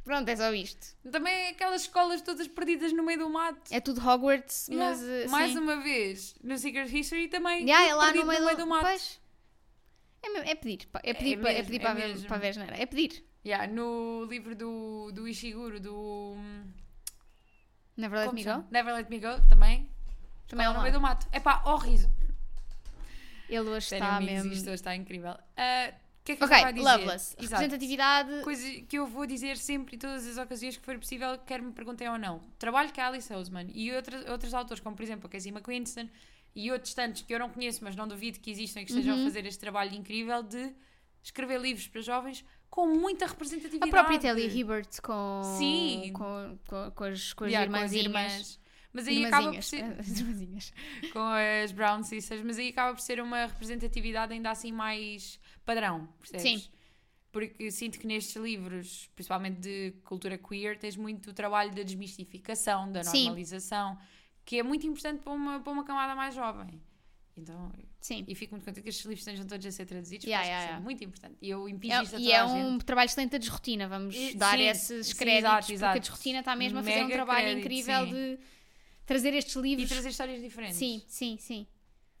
Speaker 2: Pronto, é só isto.
Speaker 1: Também aquelas escolas todas perdidas no meio do mato.
Speaker 2: É tudo Hogwarts,
Speaker 1: Yeah.
Speaker 2: mas eh,
Speaker 1: Mais
Speaker 2: sim.
Speaker 1: uma vez, no Secret History também.
Speaker 2: Yeah,
Speaker 1: tudo
Speaker 2: é lá
Speaker 1: perdido
Speaker 2: no meio, do,
Speaker 1: mato.
Speaker 2: Pois. É, mesmo- é pedir, pá, é pedir,
Speaker 1: É
Speaker 2: pa- é
Speaker 1: mesmo,
Speaker 2: pedir
Speaker 1: é
Speaker 2: para, ver-
Speaker 1: mesmo.
Speaker 2: para ver, geneira. É pedir.
Speaker 1: Yeah, no livro do, do Ishiguro, do. hum,
Speaker 2: Na verdade,
Speaker 1: como se
Speaker 2: Miguel.
Speaker 1: chama? Never Let Me Go, também.
Speaker 2: Também
Speaker 1: Também
Speaker 2: é
Speaker 1: no
Speaker 2: um
Speaker 1: meio do mato. É pá, horrível.
Speaker 2: Ele hoje
Speaker 1: Sério,
Speaker 2: está
Speaker 1: amigos,
Speaker 2: mesmo.
Speaker 1: isto hoje está incrível. Ah, O que é que eu estava a
Speaker 2: Ok,
Speaker 1: dizer?
Speaker 2: Loveless.
Speaker 1: Exato.
Speaker 2: Representatividade.
Speaker 1: coisa que eu vou dizer sempre em todas as ocasiões que for possível, quer me perguntem ou não. Trabalho que a Alice Oseman e outras, outros autores, como por exemplo a Cassie McQuinston e outros tantos que eu não conheço, mas não duvido que existam e que
Speaker 2: Uhum.
Speaker 1: estejam a fazer este trabalho incrível de escrever livros para jovens com muita
Speaker 2: A
Speaker 1: representatividade.
Speaker 2: própria Talia Hibbert com,
Speaker 1: Sim.
Speaker 2: com, com, com as, com as
Speaker 1: Yeah, com as
Speaker 2: irmãzinhas.
Speaker 1: irmãs. Mas aí acaba por ser
Speaker 2: Irmãzinhas, é. as irmãzinhas.
Speaker 1: com as Brown Sisters, mas aí acaba por ser uma representatividade ainda assim mais padrão, percebes?
Speaker 2: Sim.
Speaker 1: Porque sinto que nestes livros, principalmente de cultura queer, tens muito o trabalho da desmistificação, da
Speaker 2: Sim.
Speaker 1: normalização, que é muito importante para uma, para uma camada mais jovem. Então,
Speaker 2: Sim.
Speaker 1: e fico muito contente que estes livros estejam todos a ser traduzidos, porque
Speaker 2: Yeah,
Speaker 1: acho que
Speaker 2: yeah,
Speaker 1: isso é
Speaker 2: yeah.
Speaker 1: muito importante. E eu impido isto a
Speaker 2: É, e é
Speaker 1: toda a gente.
Speaker 2: um trabalho excelente da desrotina. Vamos
Speaker 1: E-
Speaker 2: dar
Speaker 1: sim,
Speaker 2: esses
Speaker 1: sim,
Speaker 2: créditos,
Speaker 1: exato,
Speaker 2: porque
Speaker 1: exato.
Speaker 2: a desrotina está mesmo a fazer um
Speaker 1: Mega
Speaker 2: trabalho
Speaker 1: crédito,
Speaker 2: incrível
Speaker 1: sim.
Speaker 2: de trazer estes
Speaker 1: E
Speaker 2: livros.
Speaker 1: trazer histórias diferentes.
Speaker 2: Sim, sim, sim.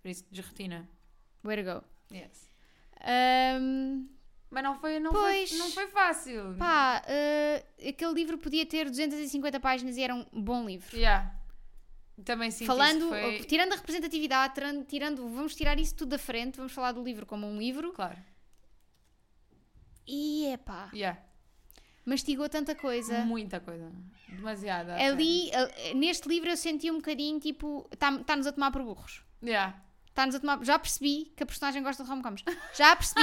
Speaker 1: Por isso, de rotina.
Speaker 2: Way to go.
Speaker 1: Yes.
Speaker 2: Ahm,
Speaker 1: Mas não foi, não,
Speaker 2: Pois.
Speaker 1: foi, não foi fácil.
Speaker 2: pá, ah, aquele livro podia ter 250 páginas e era um bom livro.
Speaker 1: Yeah. Também sinto
Speaker 2: falando,
Speaker 1: isso foi...
Speaker 2: tirando a representatividade, tiran- tirando, vamos tirar isso tudo da frente, vamos falar do livro como um livro.
Speaker 1: Claro.
Speaker 2: E epá,
Speaker 1: Yeah.
Speaker 2: mastigou tanta coisa. É
Speaker 1: Muita coisa. Demasiada. até.
Speaker 2: Ali, a- neste livro eu senti um bocadinho tipo, está-nos a tomar por burros.
Speaker 1: Yeah.
Speaker 2: Está-nos a tomar. Já percebi que a personagem gosta de rom-coms. Já percebi,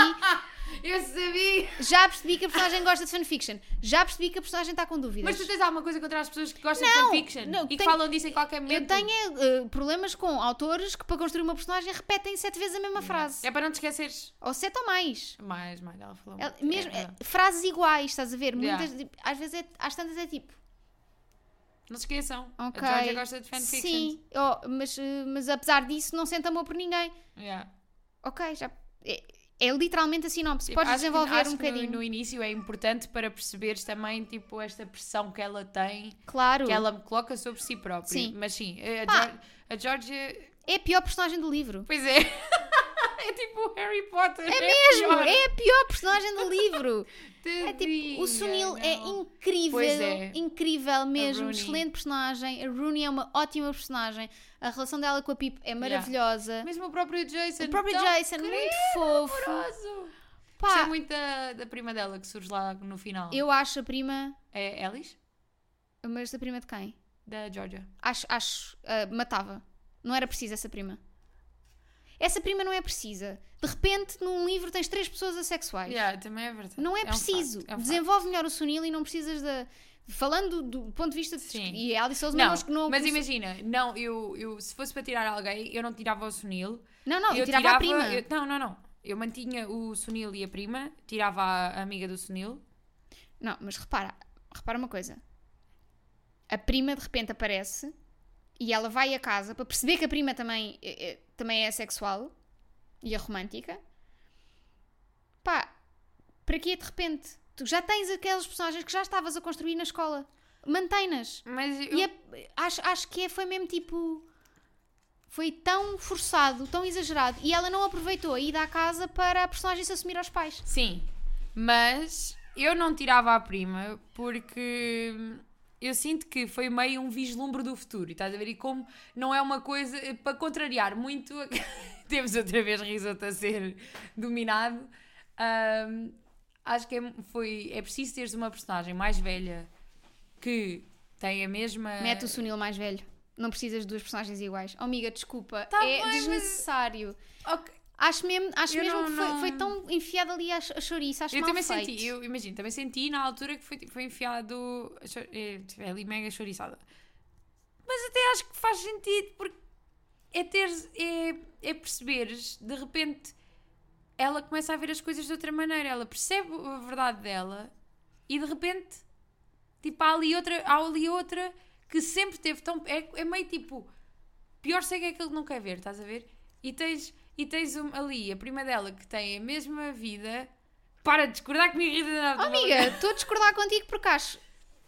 Speaker 1: Eu sabia!
Speaker 2: já percebi que a personagem gosta de fanfiction. Já percebi que a personagem está com dúvidas.
Speaker 1: Mas tu tens alguma coisa contra as pessoas que gostam
Speaker 2: Não,
Speaker 1: de fanfiction
Speaker 2: não,
Speaker 1: e que
Speaker 2: tenho-
Speaker 1: falam disso em qualquer momento?
Speaker 2: Eu tenho eh, problemas com autores que para construir uma personagem repetem sete vezes a mesma frase.
Speaker 1: É para não te esqueceres.
Speaker 2: Ou sete ou mais.
Speaker 1: Mais, mais, ela falou.
Speaker 2: Ela-
Speaker 1: muito.
Speaker 2: mesmo,
Speaker 1: É, é.
Speaker 2: eh, frases iguais, estás a ver?
Speaker 1: Yeah.
Speaker 2: Muitas, tipo, às vezes, é, às tantas é tipo.
Speaker 1: Não se esqueçam.
Speaker 2: é- Ok.
Speaker 1: A Georgia gosta de fanfiction.
Speaker 2: Sim, oh, mas, eh, mas apesar disso não sente amor por ninguém.
Speaker 1: Yeah.
Speaker 2: Ok, já. É, é literalmente a sinopse.
Speaker 1: Tipo,
Speaker 2: Podes
Speaker 1: acho que-
Speaker 2: desenvolver
Speaker 1: acho
Speaker 2: um
Speaker 1: que no-
Speaker 2: bocadinho.
Speaker 1: No, início é importante para perceberes também, tipo, esta pressão que ela tem,
Speaker 2: Claro.
Speaker 1: que ela me coloca sobre si própria.
Speaker 2: Sim.
Speaker 1: Mas sim, a,
Speaker 2: Pá.
Speaker 1: Geor- a Georgia.
Speaker 2: É a pior personagem do livro.
Speaker 1: Pois é. é tipo Harry Potter. É,
Speaker 2: Mesmo,
Speaker 1: pior.
Speaker 2: é a pior personagem do livro. É tipo,
Speaker 1: Tadinha,
Speaker 2: o Sunil é
Speaker 1: não.
Speaker 2: incrível,
Speaker 1: Pois é.
Speaker 2: incrível mesmo,
Speaker 1: Rooney.
Speaker 2: excelente personagem. A Rooney é uma ótima personagem. A relação dela com a Pip é maravilhosa.
Speaker 1: Mesmo o próprio Jason.
Speaker 2: O próprio
Speaker 1: é tão
Speaker 2: Jason, é muito fofo.
Speaker 1: Amoroso. Gostei
Speaker 2: Pá,
Speaker 1: é muito da, da prima dela que surge lá no final.
Speaker 2: eu acho a prima,
Speaker 1: É Alice?
Speaker 2: mas a prima de quem?
Speaker 1: Da Georgia.
Speaker 2: Acho, acho, ah, matava. Não era precisa essa prima. Essa prima não é precisa. De repente, num livro tens três pessoas assexuais.
Speaker 1: Yeah, também é verdade.
Speaker 2: Não é,
Speaker 1: um
Speaker 2: preciso.
Speaker 1: facto, é um facto.
Speaker 2: Desenvolve melhor o Sunil e não precisas da. Falando do ponto de vista de.
Speaker 1: Sim.
Speaker 2: E a Alice Souza
Speaker 1: Não,
Speaker 2: não, acho que não. é
Speaker 1: mas imagina, não, eu, eu se fosse para tirar alguém, eu não tirava o Sunil.
Speaker 2: Não, não, eu tirava, a prima.
Speaker 1: eu- não, não, não. Eu mantinha o Sunil e a prima, tirava a amiga do Sunil.
Speaker 2: Não, mas repara, repara uma coisa. A prima de repente aparece e ela vai a casa para perceber que a prima também é, é- também é sexual e é romântica. Pá, para quê de repente? Tu já tens aquelas personagens que já estavas a construir na escola. Mantém-nas.
Speaker 1: Mas eu,
Speaker 2: E é- acho, acho que é- foi mesmo tipo. Foi tão forçado, tão exagerado. E ela não aproveitou a ida à casa para a personagem se assumir aos pais.
Speaker 1: Sim, mas eu não tirava a prima porque eu sinto que foi meio um vislumbre do futuro, e estás a ver? E como não é uma coisa para contrariar muito, a- temos outra vez risoto a ser dominado. Ahm, acho que é, foi, é preciso teres uma personagem mais velha que tem a mesma.
Speaker 2: Mete o Sunil mais velho. Não precisas de duas personagens iguais. Oh, amiga, desculpa.
Speaker 1: Tá
Speaker 2: é
Speaker 1: bem, mas-
Speaker 2: desnecessário.
Speaker 1: Ok,
Speaker 2: Acho mesmo, acho
Speaker 1: Eu
Speaker 2: mesmo
Speaker 1: não-
Speaker 2: que foi,
Speaker 1: não-
Speaker 2: foi tão enfiado ali a, a chouriça. Acho
Speaker 1: Eu
Speaker 2: mal
Speaker 1: também
Speaker 2: feito.
Speaker 1: senti, eu imagino, também senti na altura que foi, tipo, foi enfiado a chor- eh, é ali mega chouriçada. Mas até acho que faz sentido, porque é teres, é, é perceberes, de repente ela começa a ver as coisas de outra maneira, ela percebe a verdade dela e de repente tipo há ali outra, há ali outra que sempre teve tão. É, é meio tipo pior cego é aquele que não quer ver, estás a ver? E tens, e tens um- ali a prima dela que tem a mesma vida. Para de discordar que me irrita nada.
Speaker 2: Oh, amiga, estou a discordar contigo porque acho,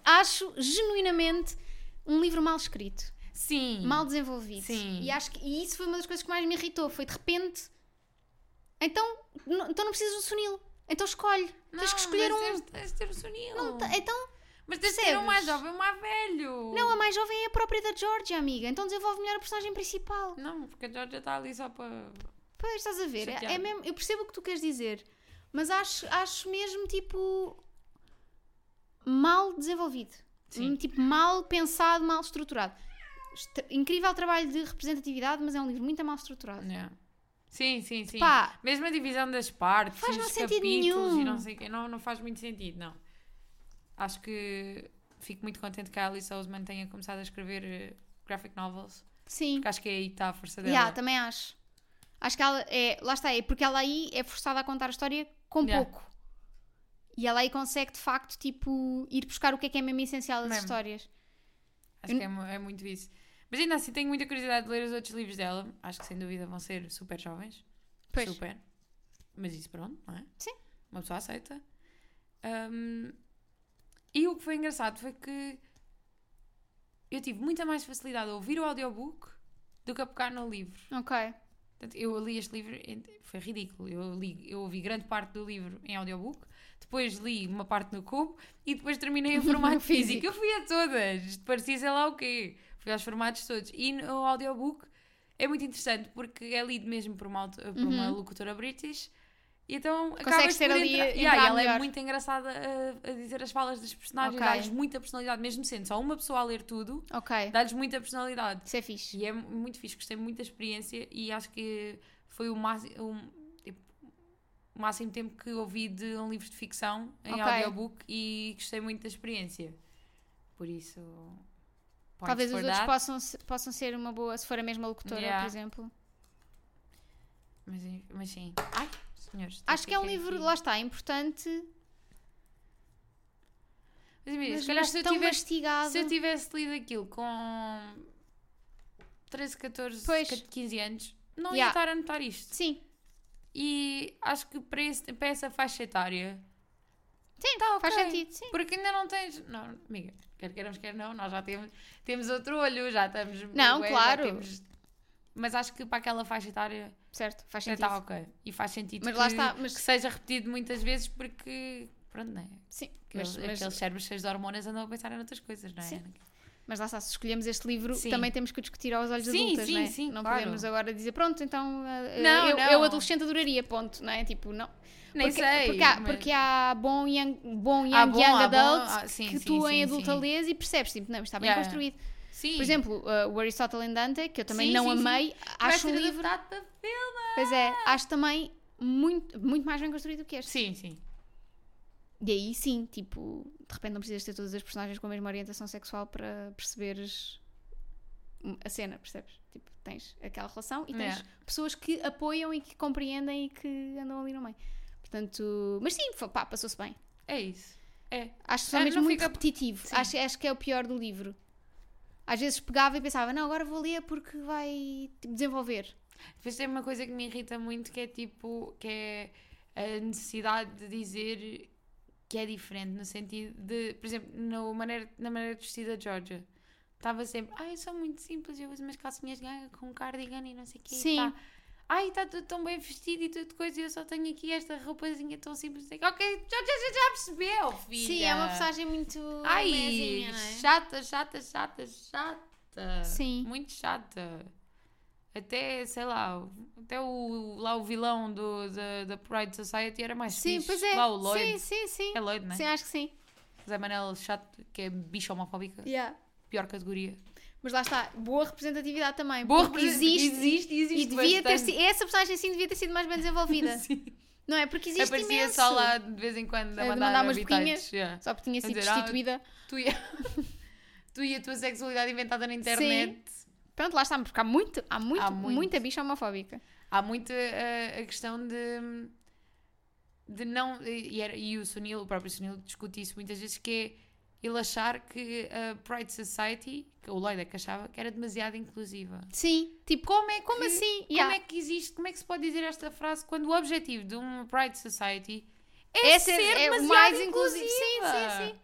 Speaker 2: acho genuinamente um livro mal escrito,
Speaker 1: Sim.
Speaker 2: mal desenvolvido.
Speaker 1: Sim.
Speaker 2: E, acho que, e isso foi uma das coisas que mais me irritou. Foi de repente. Então não, então não precisas do Sunil. Então escolhe. Tens que escolher
Speaker 1: mas
Speaker 2: um.
Speaker 1: é Tens, tens de ter o sunil.
Speaker 2: Não te- Então,
Speaker 1: mas tens de ter um
Speaker 2: percebes?
Speaker 1: mais jovem, um mais velho.
Speaker 2: não, a mais jovem é a própria da Georgia, amiga. Então desenvolve melhor a personagem principal.
Speaker 1: Não, porque a Georgia está ali só para.
Speaker 2: Pois, estás a ver? É
Speaker 1: Chateada.
Speaker 2: mesmo, eu percebo o que tu queres dizer, mas acho, acho mesmo tipo mal desenvolvido.
Speaker 1: Sim.
Speaker 2: Hum, Tipo, mal pensado, mal estruturado. Est- incrível trabalho de representatividade, mas é um livro muito mal estruturado.
Speaker 1: Não. Sim, sim, sim.
Speaker 2: É. Pá,
Speaker 1: Mesmo a divisão das partes,
Speaker 2: Faz
Speaker 1: e
Speaker 2: não
Speaker 1: os
Speaker 2: sentido
Speaker 1: capítulos
Speaker 2: nenhum.
Speaker 1: e não sei o quê, não, não faz muito sentido, não. Acho que fico muito contente que a Alice Oseman tenha começado a escrever eh, graphic novels,
Speaker 2: sim.
Speaker 1: porque acho que é aí que está a força dela.
Speaker 2: Yeah, tá- também acho. Acho que ela é, lá está, é porque ela aí é forçada a contar a história com
Speaker 1: Yeah.
Speaker 2: pouco. E ela aí consegue de facto, tipo, ir buscar o que é que é mesmo essencial das
Speaker 1: Mesmo.
Speaker 2: histórias.
Speaker 1: Acho que é, mu- é muito isso. Mas ainda assim, tenho muita curiosidade de ler os outros livros dela. Acho que sem dúvida vão ser super jovens.
Speaker 2: Pois.
Speaker 1: Super. Mas isso pronto, não é?
Speaker 2: Sim.
Speaker 1: Uma pessoa aceita. Ahm, e o que foi engraçado foi que eu tive muita mais facilidade a ouvir o audiobook do que a pegar no livro.
Speaker 2: Ok.
Speaker 1: Portanto, eu li este livro, em- foi ridículo. Eu, li, eu ouvi grande parte do livro em audiobook, depois li uma parte no cubo e depois terminei em formato físico. Eu fui a todas, parecia sei lá o quê. Fui aos formatos todos. E no audiobook é muito interessante porque é lido mesmo por uma, aut- por uma locutora british E
Speaker 2: Uhum.
Speaker 1: então
Speaker 2: Consegues
Speaker 1: acabas
Speaker 2: ter
Speaker 1: por
Speaker 2: ali,
Speaker 1: entrar-
Speaker 2: entrar
Speaker 1: Yeah, e ela é
Speaker 2: melhor.
Speaker 1: muito engraçada a, a dizer as falas dos personagens,
Speaker 2: Ok.
Speaker 1: dá-lhes muita personalidade, mesmo sendo só uma pessoa a ler tudo,
Speaker 2: Ok.
Speaker 1: dá-lhes muita personalidade.
Speaker 2: Isso é fixe.
Speaker 1: E é mu- muito fixe, gostei muito da experiência e acho que foi o máximo, o máximo tempo que ouvi de um livro de ficção em
Speaker 2: Ok.
Speaker 1: audiobook e gostei muito da experiência. Por isso. points
Speaker 2: Talvez os
Speaker 1: for
Speaker 2: outros
Speaker 1: that.
Speaker 2: possam, se- possam ser uma boa, se for a mesma locutora,
Speaker 1: Yeah.
Speaker 2: por exemplo.
Speaker 1: Mas, mas sim. Ai, senhores.
Speaker 2: Acho que é um
Speaker 1: fiquei
Speaker 2: livro,
Speaker 1: aqui.
Speaker 2: lá está, importante,
Speaker 1: Mas, imagina,
Speaker 2: mas,
Speaker 1: se calhar
Speaker 2: mas
Speaker 1: se eu
Speaker 2: tão
Speaker 1: tivesse
Speaker 2: mastigado.
Speaker 1: Se eu tivesse lido aquilo com 13, 14,
Speaker 2: Pois.
Speaker 1: 15 anos, não ia
Speaker 2: Yeah.
Speaker 1: estar a notar isto.
Speaker 2: Sim,
Speaker 1: E acho que para, esse- para essa faixa etária.
Speaker 2: Sim,
Speaker 1: tá,
Speaker 2: faz
Speaker 1: ok.
Speaker 2: sentido, sim.
Speaker 1: Porque ainda não tens. Não, amiga, quer queiramos, quer não, nós já temos, temos outro olho, já estamos.
Speaker 2: Não,
Speaker 1: bué, já
Speaker 2: claro.
Speaker 1: temos- mas acho que para aquela faixa etária
Speaker 2: Certo, faz
Speaker 1: já
Speaker 2: sentido.
Speaker 1: está ok. E faz sentido
Speaker 2: Mas
Speaker 1: que,
Speaker 2: lá está, mas-
Speaker 1: que seja repetido muitas vezes porque. Pronto, não é?
Speaker 2: Sim,
Speaker 1: Aqueles,
Speaker 2: mas, mas,
Speaker 1: aqueles cérebros cheios de hormonas andam a pensar em outras coisas, não é?
Speaker 2: Sim. mas lá está, se escolhemos este livro,
Speaker 1: Sim.
Speaker 2: também temos que o discutir aos olhos
Speaker 1: Sim,
Speaker 2: adultas,
Speaker 1: sim,
Speaker 2: não é?
Speaker 1: sim,
Speaker 2: não
Speaker 1: claro.
Speaker 2: podemos agora dizer, pronto, então eh,
Speaker 1: Não,
Speaker 2: eu,
Speaker 1: não.
Speaker 2: eu adolescente adoraria, ponto, não é? Tipo, não.
Speaker 1: Nem
Speaker 2: porque,
Speaker 1: sei.
Speaker 2: Porque há,
Speaker 1: mas-
Speaker 2: porque há bom young, bom young,
Speaker 1: Há bom,
Speaker 2: young
Speaker 1: há bom,
Speaker 2: adult
Speaker 1: há- sim,
Speaker 2: que
Speaker 1: sim,
Speaker 2: tu
Speaker 1: sim,
Speaker 2: em adulta
Speaker 1: sim.
Speaker 2: lês e percebes, tipo, não, está bem
Speaker 1: Yeah.
Speaker 2: construído.
Speaker 1: Sim.
Speaker 2: Por exemplo, eh, o Aristotle and Dante, que eu também
Speaker 1: Sim,
Speaker 2: não
Speaker 1: sim, sim.
Speaker 2: amei,
Speaker 1: Vai
Speaker 2: acho um
Speaker 1: ser
Speaker 2: livro,
Speaker 1: adaptado para filme.
Speaker 2: pois é, acho também muito, muito mais bem construído do que este.
Speaker 1: Sim, sim.
Speaker 2: E aí sim, tipo, de repente não precisas ter todas as personagens com a mesma orientação sexual para perceberes a cena, percebes? Tipo, tens aquela relação e tens
Speaker 1: Yeah.
Speaker 2: pessoas que apoiam e que compreendem e que andam ali no meio. Portanto, mas sim, fa- pá, passou-se bem.
Speaker 1: É isso. É.
Speaker 2: Acho que só
Speaker 1: Ah,
Speaker 2: mesmo
Speaker 1: não
Speaker 2: muito
Speaker 1: fica-
Speaker 2: repetitivo.
Speaker 1: Sim.
Speaker 2: Acho, acho que é o pior do livro. Às vezes pegava e pensava, não, agora vou ler porque vai tipo, desenvolver.
Speaker 1: Depois tem uma coisa que me irrita muito que é tipo, que é a necessidade de dizer que é diferente, no sentido de, por exemplo, no maneira, na maneira de vestir da Georgia. Estava sempre, ai, eu sou muito simples, eu uso umas calcinhas de ganga com cardigan e não sei o quê. e
Speaker 2: Sim.
Speaker 1: tá- Ai, está tudo tão bem vestido e tudo coisa, e eu só tenho aqui esta roupazinha tão simples. não sei o quê." Ok, Georgia já, já percebeu, filha.
Speaker 2: Sim, é uma personagem muito
Speaker 1: Ai,
Speaker 2: mezinha, não é?
Speaker 1: chata, chata, chata, chata.
Speaker 2: Sim.
Speaker 1: Muito chata. Até, sei lá, até o, lá o vilão do, da, da Pride Society era mais
Speaker 2: Sim,
Speaker 1: fixe.
Speaker 2: pois é.
Speaker 1: Lá o
Speaker 2: Sim,
Speaker 1: Lloyd.
Speaker 2: sim, sim.
Speaker 1: É Lloyd, não é?
Speaker 2: Sim, acho que sim.
Speaker 1: Zé Manel chato, que é bicho homofóbica.
Speaker 2: Yeah.
Speaker 1: Pior categoria.
Speaker 2: Mas lá está, boa representatividade também. É
Speaker 1: Boa
Speaker 2: porque
Speaker 1: represent-
Speaker 2: existe.
Speaker 1: existe, existe
Speaker 2: e devia ter
Speaker 1: bastante.
Speaker 2: sido, essa personagem sim devia ter sido mais bem desenvolvida.
Speaker 1: Sim.
Speaker 2: Não é? Porque existe
Speaker 1: Aparecia
Speaker 2: imenso.
Speaker 1: só lá de vez em quando a
Speaker 2: A
Speaker 1: mandar,
Speaker 2: mandar umas
Speaker 1: habitats,
Speaker 2: boquinhas.
Speaker 1: yeah.
Speaker 2: Só porque tinha sido
Speaker 1: dizer, ah,
Speaker 2: destituída.
Speaker 1: Tu, e... tu e a tua sexualidade inventada na internet.
Speaker 2: Pronto, lá está, porque há muito, há muito,
Speaker 1: Há muito.
Speaker 2: muita bicha homofóbica.
Speaker 1: há muito eh, a, a questão de de não e, era- e o Sunil, o próprio Sunil discute isso muitas vezes que é ele achar que a Pride Society que o Lloyd é que achava que era demasiado inclusiva
Speaker 2: Sim. Tipo,
Speaker 1: como é que,
Speaker 2: como assim?
Speaker 1: como é que existe como é que se pode dizer esta frase quando o objetivo de uma Pride Society é
Speaker 2: Essa
Speaker 1: ser
Speaker 2: é o
Speaker 1: demasiado
Speaker 2: mais inclusivo.
Speaker 1: inclusiva
Speaker 2: Sim, sim, sim.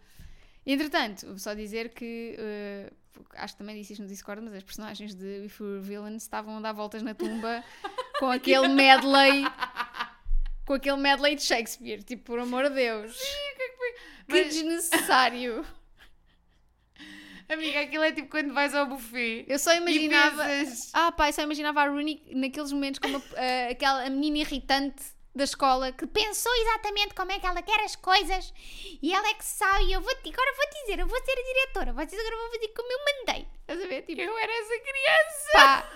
Speaker 2: Entretanto, só dizer que. eh, acho que também disse isto no Discord, mas as personagens de If We Were Villains estavam a dar voltas na tumba com aquele medley. Com aquele medley de Shakespeare, tipo, por amor de Deus. Que
Speaker 1: Mas,
Speaker 2: desnecessário.
Speaker 1: amiga aquilo é tipo quando vais ao buffet
Speaker 2: Eu só imaginava.
Speaker 1: e pensas,
Speaker 2: Ah, pai, só imaginava a Rooney naqueles momentos como a, a- aquela a menina irritante da escola que pensou exatamente como é que ela quer as coisas e ela é que sabe. E eu vou, agora vou dizer, eu vou ser a diretora, vocês agora vão fazer como eu mandei. Estás a ver? Tipo,
Speaker 1: eu era essa criança
Speaker 2: pá.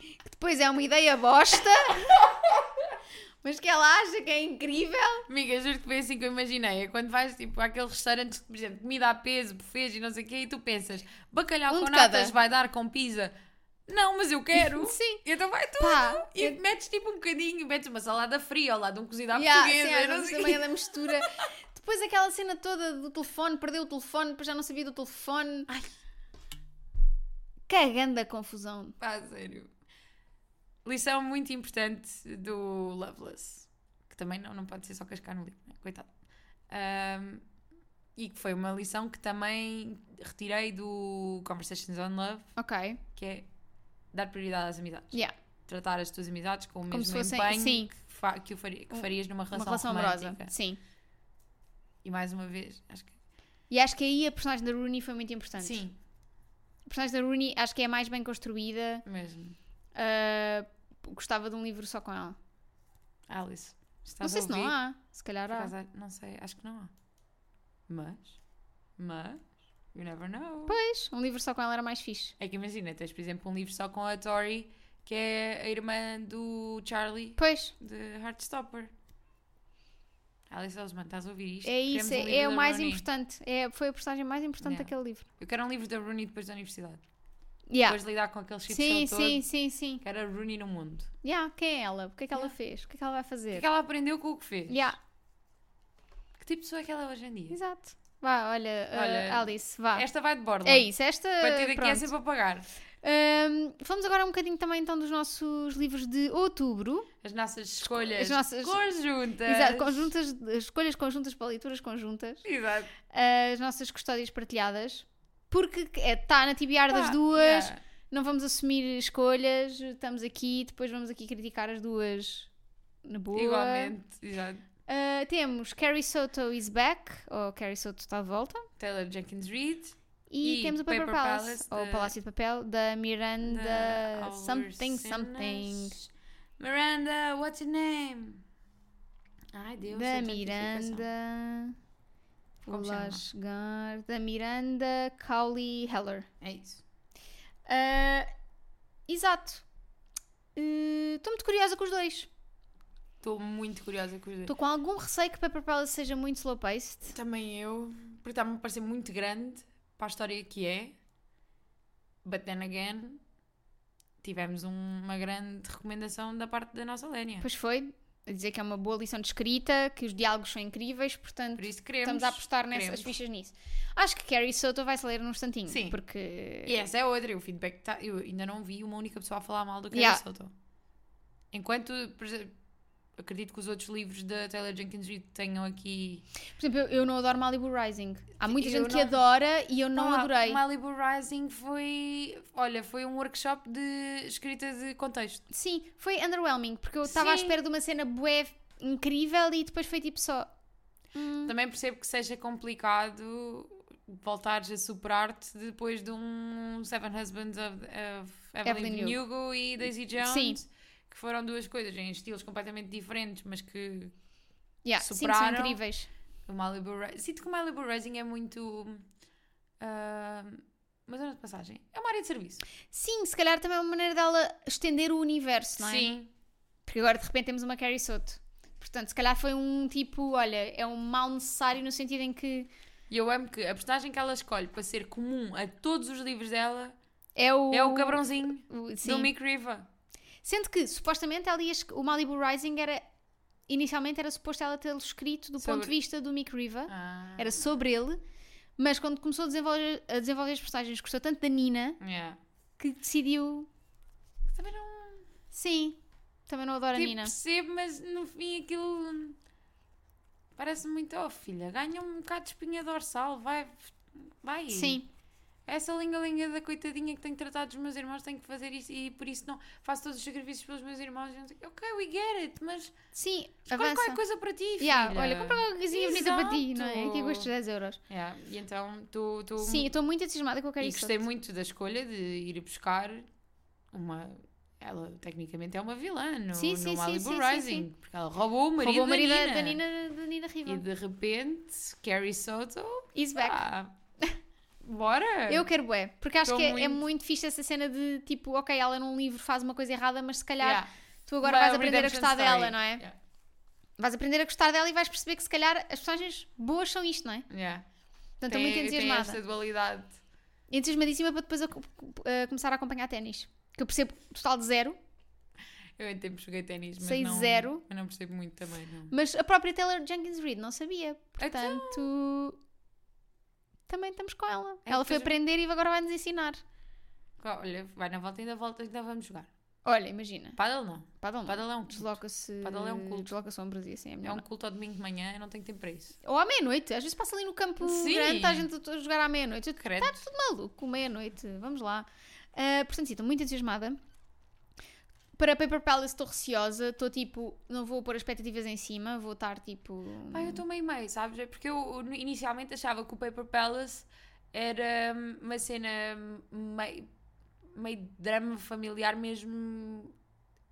Speaker 2: Que depois é uma ideia bosta, mas que ela acha que é incrível.
Speaker 1: Amiga, juro que foi assim que eu imaginei. É quando vais tipo, àquele restaurante, por exemplo, comida a peso, bufês e não sei o quê, e tu pensas, bacalhau
Speaker 2: Um
Speaker 1: com
Speaker 2: de cada.
Speaker 1: natas vai dar com pizza? Não, mas eu quero.
Speaker 2: Sim.
Speaker 1: Então vai tu.
Speaker 2: Pá,
Speaker 1: E metes tipo um bocadinho, metes uma salada fria ao lado de um cozido à
Speaker 2: Yeah, sim,
Speaker 1: portuguesa.
Speaker 2: às
Speaker 1: não
Speaker 2: vezes
Speaker 1: sei o
Speaker 2: também
Speaker 1: quê.
Speaker 2: é da mistura. Depois aquela cena toda do telefone, perdeu o telefone, depois já não sabia do telefone.
Speaker 1: Ai.
Speaker 2: Cagando a confusão.
Speaker 1: Pá, sério. Lição muito importante do Loveless, que também não, não pode ser só cascar no livro, né? coitado. Ahm, e que foi uma lição que também retirei do Conversations on Love,
Speaker 2: Ok.
Speaker 1: que é dar prioridade às amizades.
Speaker 2: Yeah.
Speaker 1: Tratar as tuas amizades com o
Speaker 2: Como se
Speaker 1: mesmo
Speaker 2: fossem-
Speaker 1: empenho
Speaker 2: sim.
Speaker 1: que, fa- que o faria- que
Speaker 2: Um-
Speaker 1: farias numa relação,
Speaker 2: Uma relação
Speaker 1: romântica.
Speaker 2: amorosa. Sim.
Speaker 1: E mais uma vez, acho que.
Speaker 2: E acho que aí a personagem da Rooney foi muito importante.
Speaker 1: Sim,
Speaker 2: A personagem da Rooney acho que é a mais bem construída.
Speaker 1: mesmo.
Speaker 2: Ah, gostava de um livro só com ela.
Speaker 1: Alice. Estás
Speaker 2: Não sei
Speaker 1: a
Speaker 2: se não
Speaker 1: ouvir?
Speaker 2: há. Se calhar
Speaker 1: Por
Speaker 2: há.
Speaker 1: acaso, acho- não sei, acho que não há. Mas, mas, you never know.
Speaker 2: Pois, um livro só com ela era mais fixe.
Speaker 1: É que imagina, tens, por exemplo, um livro só com a Tori, que é a irmã do Charlie,
Speaker 2: Pois,
Speaker 1: de Heartstopper. Alice Osman, estás a ouvir isto?
Speaker 2: é isso,
Speaker 1: Queremos um
Speaker 2: é,
Speaker 1: livro
Speaker 2: é o
Speaker 1: da
Speaker 2: mais
Speaker 1: Rooney.
Speaker 2: importante. É, foi a personagem mais importante
Speaker 1: Yeah.
Speaker 2: daquele livro.
Speaker 1: Eu quero um livro da Rooney depois da universidade.
Speaker 2: Yeah.
Speaker 1: Depois de lidar com aqueles
Speaker 2: Sim,
Speaker 1: sítios
Speaker 2: sim,
Speaker 1: todos.
Speaker 2: sim, sim.
Speaker 1: Quero a Rooney no mundo.
Speaker 2: Yeah, quem é ela? O que é que ela
Speaker 1: Yeah.
Speaker 2: fez? O que é que ela vai
Speaker 1: O que é
Speaker 2: fazer?
Speaker 1: que ela aprendeu com o que fez?
Speaker 2: Yeah,
Speaker 1: Que tipo de pessoa é que ela é hoje em dia?
Speaker 2: exato. Vá, olha, uh,
Speaker 1: Olha,
Speaker 2: Alice, vá.
Speaker 1: Esta vai de borda.
Speaker 2: É isso, esta.
Speaker 1: Para ter aqui é
Speaker 2: pronto.
Speaker 1: sempre a pagar.
Speaker 2: Ahm, falamos agora um bocadinho também então dos nossos livros de outubro.
Speaker 1: As nossas escolhas.
Speaker 2: As nossas-
Speaker 1: Conjuntas.
Speaker 2: Exato, conjuntas, escolhas conjuntas para leituras conjuntas.
Speaker 1: Exato.
Speaker 2: As nossas custódias partilhadas. Porque está na TBR das
Speaker 1: Pá,
Speaker 2: duas,
Speaker 1: Tá, yeah.
Speaker 2: não vamos assumir escolhas, estamos aqui, depois vamos aqui criticar as duas na boa.
Speaker 1: Igualmente. Exato.
Speaker 2: Ah, temos Carrie Soto is back, ou Carrie Soto está de volta.
Speaker 1: Taylor Jenkins Reid.
Speaker 2: E,
Speaker 1: E
Speaker 2: temos o Paper,
Speaker 1: Paper
Speaker 2: Palace,
Speaker 1: Palace
Speaker 2: ou
Speaker 1: da-
Speaker 2: Palácio de Papel, da Miranda
Speaker 1: Our
Speaker 2: uh, something
Speaker 1: Sinners.
Speaker 2: something.
Speaker 1: Miranda, what's your name? Ai, Deus.
Speaker 2: da
Speaker 1: tanta identificação.
Speaker 2: Miranda. Vou
Speaker 1: Como
Speaker 2: lá
Speaker 1: chama?
Speaker 2: chegar. Da Miranda Cowley Heller.
Speaker 1: É isso.
Speaker 2: Ah, exato. Ah, Estou muito curiosa com os dois.
Speaker 1: Estou muito curiosa com os dois.
Speaker 2: Estou com algum receio que Paper Palace seja muito slow paced.
Speaker 1: Também eu, porque está-me a parecer muito grande para a história que é. But then again, tivemos um- uma grande recomendação da parte da nossa Lénia.
Speaker 2: Pois foi. A dizer que é uma boa lição de escrita, que os diálogos são incríveis, portanto.
Speaker 1: Por isso queremos.
Speaker 2: Estamos a apostar nessas
Speaker 1: queremos.
Speaker 2: as fichas nisso. Acho que Carrie Soto vai-se ler num instantinho.
Speaker 1: Sim.
Speaker 2: Porque.
Speaker 1: E essa é outra, e o feedback está. Eu ainda não vi uma única pessoa a falar mal do que
Speaker 2: Yeah.
Speaker 1: Soto. Enquanto, por exemplo, acredito que os outros livros da Taylor Jenkins Reid tenham aqui.
Speaker 2: Por exemplo, eu, eu não adoro Malibu Rising. Há muita
Speaker 1: é- Eu
Speaker 2: gente que
Speaker 1: não-
Speaker 2: adora e eu não
Speaker 1: Pá,
Speaker 2: adorei.
Speaker 1: Malibu Rising foi. Olha, foi um workshop de escrita de contexto.
Speaker 2: Sim, foi underwhelming, porque eu estava à
Speaker 1: Sim.
Speaker 2: espera de uma cena bué incrível e depois foi tipo só.
Speaker 1: Também percebo que seja complicado voltares a superar-te depois de um Seven Husbands of, of Evelyn,
Speaker 2: Evelyn
Speaker 1: Hugo e Daisy Jones,
Speaker 2: Sim.
Speaker 1: que foram duas coisas em estilos completamente diferentes, mas que
Speaker 2: Yeah, sim, que são
Speaker 1: Superaram.
Speaker 2: incríveis.
Speaker 1: o Malibu Ra- Sinto que o Malibu Rising é muito. ah, uma zona de passagem. É uma área de serviço.
Speaker 2: Sim, se calhar também é uma maneira dela estender o universo, não é?
Speaker 1: Sim.
Speaker 2: Porque agora de repente temos uma Carrie Soto. Portanto, se calhar foi um tipo, olha, é um mal necessário no sentido em que
Speaker 1: E eu amo que a personagem que ela escolhe para ser comum a todos os livros dela
Speaker 2: é o.
Speaker 1: é o cabrãozinho
Speaker 2: o-
Speaker 1: do
Speaker 2: sim.
Speaker 1: Mick Riva.
Speaker 2: Sendo que, supostamente, ela ia, esc- o Malibu Rising era. Inicialmente era suposto ela tê-lo escrito do ponto
Speaker 1: Sobre-
Speaker 2: de vista do Mick Riva.
Speaker 1: Ah.
Speaker 2: Era sobre ele. Mas quando começou a desenvolver, a desenvolver as personagens, gostou tanto da Nina
Speaker 1: Yeah.
Speaker 2: que decidiu.
Speaker 1: Também não.
Speaker 2: Sim, também não adoro a
Speaker 1: Tipo,
Speaker 2: Nina.
Speaker 1: percebo, mas no fim aquilo. Parece muito, oh filha, ganha um bocado de espinha dorsal, vai. Vai.
Speaker 2: Sim,
Speaker 1: Essa linga-linga da coitadinha que tenho que tratar dos meus irmãos, tenho que fazer isso e por isso não faço todos os sacrifícios pelos meus irmãos. E não sei- Ok, we get it, mas é-
Speaker 2: sim,
Speaker 1: escolhe
Speaker 2: avança.
Speaker 1: qualquer coisa para ti, filha.
Speaker 2: Yeah, olha, compra qualquer coisinha bonita para ti, não é?
Speaker 1: Exato.
Speaker 2: Aqui custa 10 euros.
Speaker 1: Yeah, E então, tu. tu
Speaker 2: Sim, eu estou muito entusiasmada com é a
Speaker 1: e
Speaker 2: Carrie
Speaker 1: gostei
Speaker 2: Soto.
Speaker 1: muito da escolha de ir buscar uma. Ela tecnicamente é uma vilã no,
Speaker 2: Sim, sim,
Speaker 1: no
Speaker 2: sim,
Speaker 1: Malibu
Speaker 2: sim, sim,
Speaker 1: Rising,
Speaker 2: sim.
Speaker 1: porque ela roubou o marido,
Speaker 2: Roubou o marido
Speaker 1: da,
Speaker 2: da,
Speaker 1: Nina.
Speaker 2: da Nina, da Nina Riva.
Speaker 1: E Ah, de repente, Carrie Soto.
Speaker 2: Is back.
Speaker 1: pá, bora!
Speaker 2: Eu quero bué, porque acho
Speaker 1: Tô
Speaker 2: que é- é
Speaker 1: É. muito-
Speaker 2: muito fixe essa cena de tipo, ok, ela num livro faz uma coisa errada, mas se calhar
Speaker 1: Yeah.
Speaker 2: tu agora
Speaker 1: Uma
Speaker 2: vais aprender a
Speaker 1: redemption
Speaker 2: gostar
Speaker 1: story.
Speaker 2: dela, não é?
Speaker 1: Yeah.
Speaker 2: Vais aprender a gostar dela e vais perceber que se calhar as personagens boas são isto, não é?
Speaker 1: Yeah.
Speaker 2: Portanto, estou
Speaker 1: Tem-
Speaker 2: muito
Speaker 1: tem
Speaker 2: entusiasmada.
Speaker 1: esta dualidade.
Speaker 2: Entusiasmadíssima para depois a- a eh, começar a acompanhar ténis. Que eu percebo total de zero,
Speaker 1: Eu em tempo joguei ténis, mas
Speaker 2: Sei
Speaker 1: não,
Speaker 2: zero.
Speaker 1: eu não percebo muito também, não.
Speaker 2: mas a própria Taylor Jenkins Reid não sabia.
Speaker 1: Então,
Speaker 2: Portanto, também estamos com ela.
Speaker 1: É,
Speaker 2: ela foi
Speaker 1: depois-
Speaker 2: aprender e agora vai nos ensinar.
Speaker 1: olha, vai na volta, ainda volta, ainda vamos jogar.
Speaker 2: Olha, imagina.
Speaker 1: Paddle não.
Speaker 2: Paddle não.
Speaker 1: Paddle é um culto.
Speaker 2: Desloca-se.
Speaker 1: Paddle é um culto.
Speaker 2: Desloca-se ombros e assim é
Speaker 1: É
Speaker 2: melhor.
Speaker 1: um culto ao domingo de manhã, eu não tenho tempo para isso.
Speaker 2: Ou à meia-noite. Às vezes passa ali no campo
Speaker 1: Sim.
Speaker 2: grande, está a gente a jogar à meia-noite. Eu tô
Speaker 1: Credo.
Speaker 2: maluco, meia-noite. Vamos lá. Ah, portanto, sim, estou muito entusiasmada. Para Paper Palace estou receosa. Estou tipo, não vou pôr expectativas em cima. Vou estar tipo.
Speaker 1: Pá, eu estou meio meio, sabes? É Porque eu eu inicialmente achava que o Paper Palace era hum, uma cena hum, meio, meio drama familiar mesmo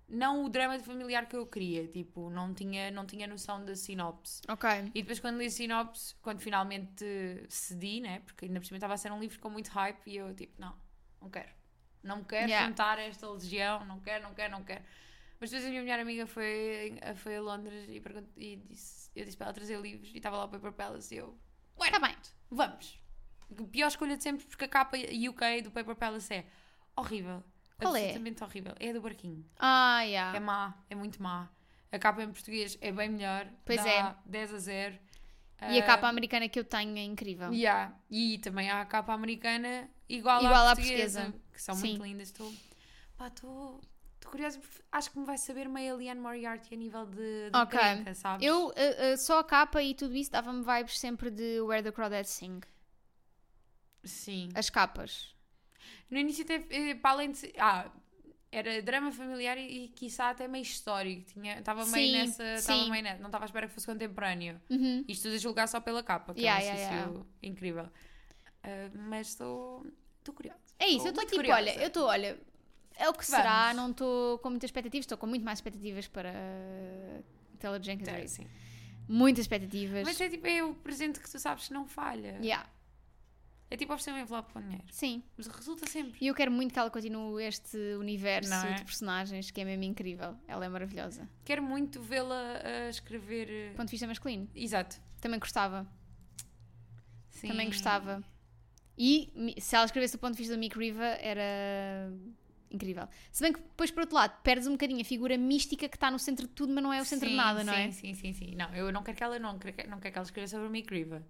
Speaker 1: não o drama familiar que eu queria, tipo, não tinha, não tinha noção da sinopse.
Speaker 2: Ok.
Speaker 1: E depois quando li a sinopse, quando finalmente cedi, né, porque ainda por cima estava a ser um livro com muito hype e eu tipo, não, não quero. Não me quero
Speaker 2: Yeah.
Speaker 1: juntar a esta legião, não quero, não quero, não quero. Mas depois a minha melhor amiga foi, foi a Londres e, pergunt- e disse, eu disse para ela trazer livros e estava lá o Paper Palace e eu,
Speaker 2: Está Tá bem.
Speaker 1: Vamos. Pior escolha de sempre, porque a capa UK do Paper Palace é horrível.
Speaker 2: Qual é?
Speaker 1: absolutamente horrível. É a do barquinho.
Speaker 2: Ah,
Speaker 1: É
Speaker 2: yeah.
Speaker 1: má, é muito má. A capa em português é bem melhor.
Speaker 2: Pois é.
Speaker 1: dá 10 a 0.
Speaker 2: E
Speaker 1: Ah,
Speaker 2: a capa americana que eu tenho é incrível.
Speaker 1: yeah. E também há a capa americana igual,
Speaker 2: Igual
Speaker 1: à,
Speaker 2: à
Speaker 1: portuguesa,
Speaker 2: portuguesa.
Speaker 1: Que são muito lindas. Estou. Pá, estou. Estou curiosa. porque Acho que me vai saber meio a Liane Moriarty a nível de, de
Speaker 2: Ok.
Speaker 1: caneca, sabes?
Speaker 2: Eu, ah, ah, só a capa e tudo isso dava-me vibes sempre de Where the Crawdads Sing.
Speaker 1: Sim.
Speaker 2: As capas.
Speaker 1: No início até, eh, para além de... se- Ah, era drama familiar e, e quiçá até meio histórico. Tinha, estava meio
Speaker 2: Sim,
Speaker 1: nessa... Estava
Speaker 2: sim.
Speaker 1: meio nessa. Não estava à espera que fosse contemporâneo.
Speaker 2: Uhum.
Speaker 1: Isto tudo a julgar só pela capa, que
Speaker 2: Yeah,
Speaker 1: é um
Speaker 2: yeah,
Speaker 1: exercício incrível. Ah, mas estou... Estou curiosa.
Speaker 2: É isso, eu estou
Speaker 1: Estou muito
Speaker 2: tipo,
Speaker 1: curiosa.
Speaker 2: olha, eu estou, olha, é o que será,
Speaker 1: Vamos.
Speaker 2: não estou com muitas expectativas, estou com muito mais expectativas para uh, Taylor Jenkins
Speaker 1: Então,
Speaker 2: Reid.
Speaker 1: sim.
Speaker 2: Muitas expectativas.
Speaker 1: Mas é tipo, é o presente que tu sabes que não falha.
Speaker 2: Yeah,
Speaker 1: É tipo oferecer um envelope com dinheiro.
Speaker 2: Sim,
Speaker 1: Mas resulta sempre.
Speaker 2: e eu quero muito que ela continue este universo
Speaker 1: Não é?
Speaker 2: de personagens que é mesmo incrível. Ela é maravilhosa. Do
Speaker 1: Quero muito vê-la a escrever... eh,
Speaker 2: ponto de vista masculino,
Speaker 1: Exato.
Speaker 2: também gostava.
Speaker 1: Sim.
Speaker 2: Também gostava. E mi- se ela escrevesse do ponto de vista do Mick Riva, era incrível. Se bem que depois, por outro lado, perdes um bocadinho a figura mística que está no centro de tudo, mas não é o centro
Speaker 1: Sim,
Speaker 2: de nada, não
Speaker 1: sim,
Speaker 2: é?
Speaker 1: Sim, sim, sim. Não, eu não quero que ela não, quero, não quero que ela escreva sobre o Mick Riva.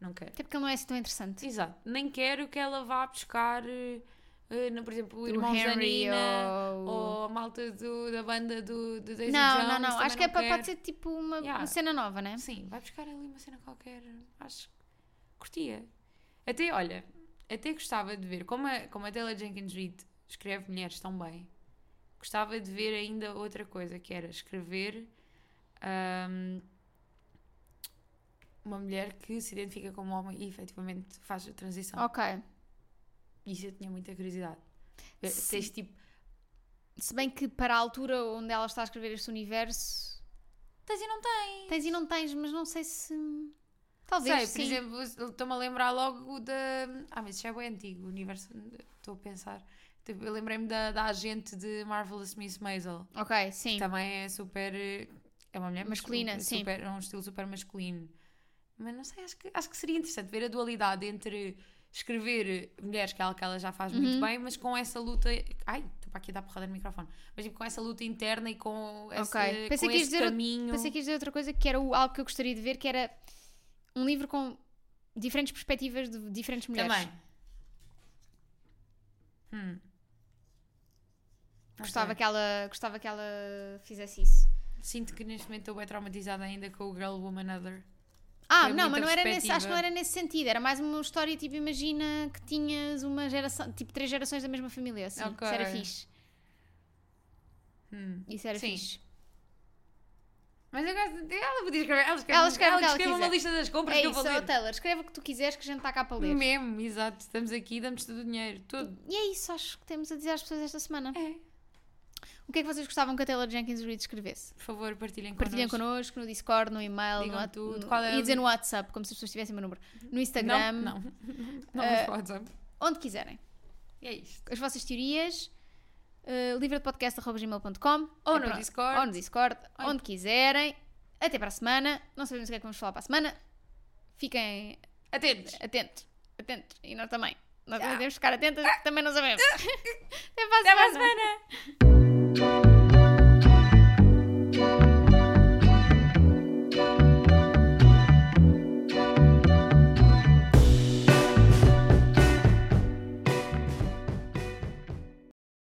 Speaker 1: Não quero.
Speaker 2: Até porque ele não é assim tão interessante.
Speaker 1: Exato. Nem quero que ela vá buscar, eh, eh, no- por exemplo, o
Speaker 2: Do
Speaker 1: irmão da Nina
Speaker 2: Tipo, ou-
Speaker 1: ou a malta do- da banda do, do Daisy
Speaker 2: Não,
Speaker 1: Jones.
Speaker 2: não, não.
Speaker 1: também
Speaker 2: Acho que é para,
Speaker 1: quero.
Speaker 2: pode ser tipo uma,
Speaker 1: Yeah.
Speaker 2: uma cena nova, né?
Speaker 1: Sim, vai buscar ali uma cena qualquer. Acho que curtia. Até, olha, até gostava de ver, como a, como a Taylor Jenkins Reid escreve mulheres tão bem, gostava de ver ainda outra coisa, que era escrever ahm, uma mulher que se identifica como homem e efetivamente faz a transição.
Speaker 2: Ok.
Speaker 1: Isso eu tinha muita curiosidade. Ver se
Speaker 2: Sim.
Speaker 1: este tipo,
Speaker 2: Se bem que para a altura onde ela está a escrever este universo,
Speaker 1: tens e não tens.
Speaker 2: tens e não tens, mas não sei se.
Speaker 1: Sei,
Speaker 2: Talvez.
Speaker 1: por
Speaker 2: sim.
Speaker 1: exemplo, estou-me a lembrar logo da. Ah, mas isso já é bem antigo, o universo. Estou a pensar. Tipo, eu lembrei-me da, da agente de Marvelous Miss Maisel.
Speaker 2: Ok, sim.
Speaker 1: Também é super. eh, É uma mulher mas
Speaker 2: Masculina,
Speaker 1: super-
Speaker 2: sim.
Speaker 1: super- É um estilo super masculino. Mas não sei, acho que, acho que seria interessante ver a dualidade entre escrever mulheres, que é algo que ela já faz
Speaker 2: Uhum.
Speaker 1: muito bem, mas com essa luta. Ai, estou para aqui a dar porrada no microfone. Mas tipo, com essa luta interna e com esse,
Speaker 2: Ok. Pensei
Speaker 1: com
Speaker 2: que ias
Speaker 1: esse
Speaker 2: dizer-
Speaker 1: caminho.
Speaker 2: Pensei que ias dizer outra coisa que era o- algo que eu gostaria de ver, que era um livro com diferentes perspectivas de diferentes mulheres.
Speaker 1: Também. Hum. Não
Speaker 2: Gostava
Speaker 1: sei.
Speaker 2: que, ela, gostava que ela fizesse isso.
Speaker 1: Sinto que neste momento estou bem traumatizada ainda com o Girl Woman Other.
Speaker 2: Ah,
Speaker 1: Foi
Speaker 2: não,
Speaker 1: muita
Speaker 2: mas não era nesse,
Speaker 1: perspectiva.
Speaker 2: acho que não era nesse sentido. Era mais uma história, tipo, imagina que tinhas uma geração, tipo, três gerações da mesma família, assim.
Speaker 1: Ok.
Speaker 2: Isso era fixe.
Speaker 1: Hum.
Speaker 2: Isso era
Speaker 1: Sim.
Speaker 2: fixe.
Speaker 1: Mas eu gosto de... Ela podia escrever. Ela escreve,
Speaker 2: Ela escreve o que ela
Speaker 1: escreve uma
Speaker 2: quiser.
Speaker 1: lista das compras
Speaker 2: É
Speaker 1: que eu vou
Speaker 2: isso, ó,
Speaker 1: ler.
Speaker 2: Taylor, escreve o que tu quiseres que a gente está cá para ler.
Speaker 1: Mesmo, exato. Estamos aqui e damos-te o dinheiro. Todo.
Speaker 2: E é isso, acho que temos a dizer às pessoas esta semana.
Speaker 1: É.
Speaker 2: O que é que vocês gostavam que a Taylor Jenkins Reid escrevesse?
Speaker 1: Por favor, partilhem
Speaker 2: Partilhem
Speaker 1: connosco.
Speaker 2: connosco no Discord, no e-mail,
Speaker 1: Digam
Speaker 2: no, at-
Speaker 1: tudo,
Speaker 2: no-
Speaker 1: qual é
Speaker 2: ia
Speaker 1: o-
Speaker 2: dizer no WhatsApp, como se as pessoas tivessem o meu número. No Instagram,
Speaker 1: Não, não. Não,
Speaker 2: Eh,
Speaker 1: mas WhatsApp.
Speaker 2: onde quiserem.
Speaker 1: É isto.
Speaker 2: As vossas teorias, uh, livradepodcast.gmail.com É
Speaker 1: Ou no
Speaker 2: pronto.
Speaker 1: Discord.
Speaker 2: ou no Discord,
Speaker 1: Ou-
Speaker 2: onde quiserem. Até para a semana. Não sabemos o que é que vamos falar para a semana. Fiquem
Speaker 1: Atentos.
Speaker 2: atentos. Atentos. E nós também. Nós
Speaker 1: Tchau.
Speaker 2: também temos de ficar atentas, que também não sabemos. Até para a
Speaker 1: Até para a
Speaker 2: semana.
Speaker 1: semana.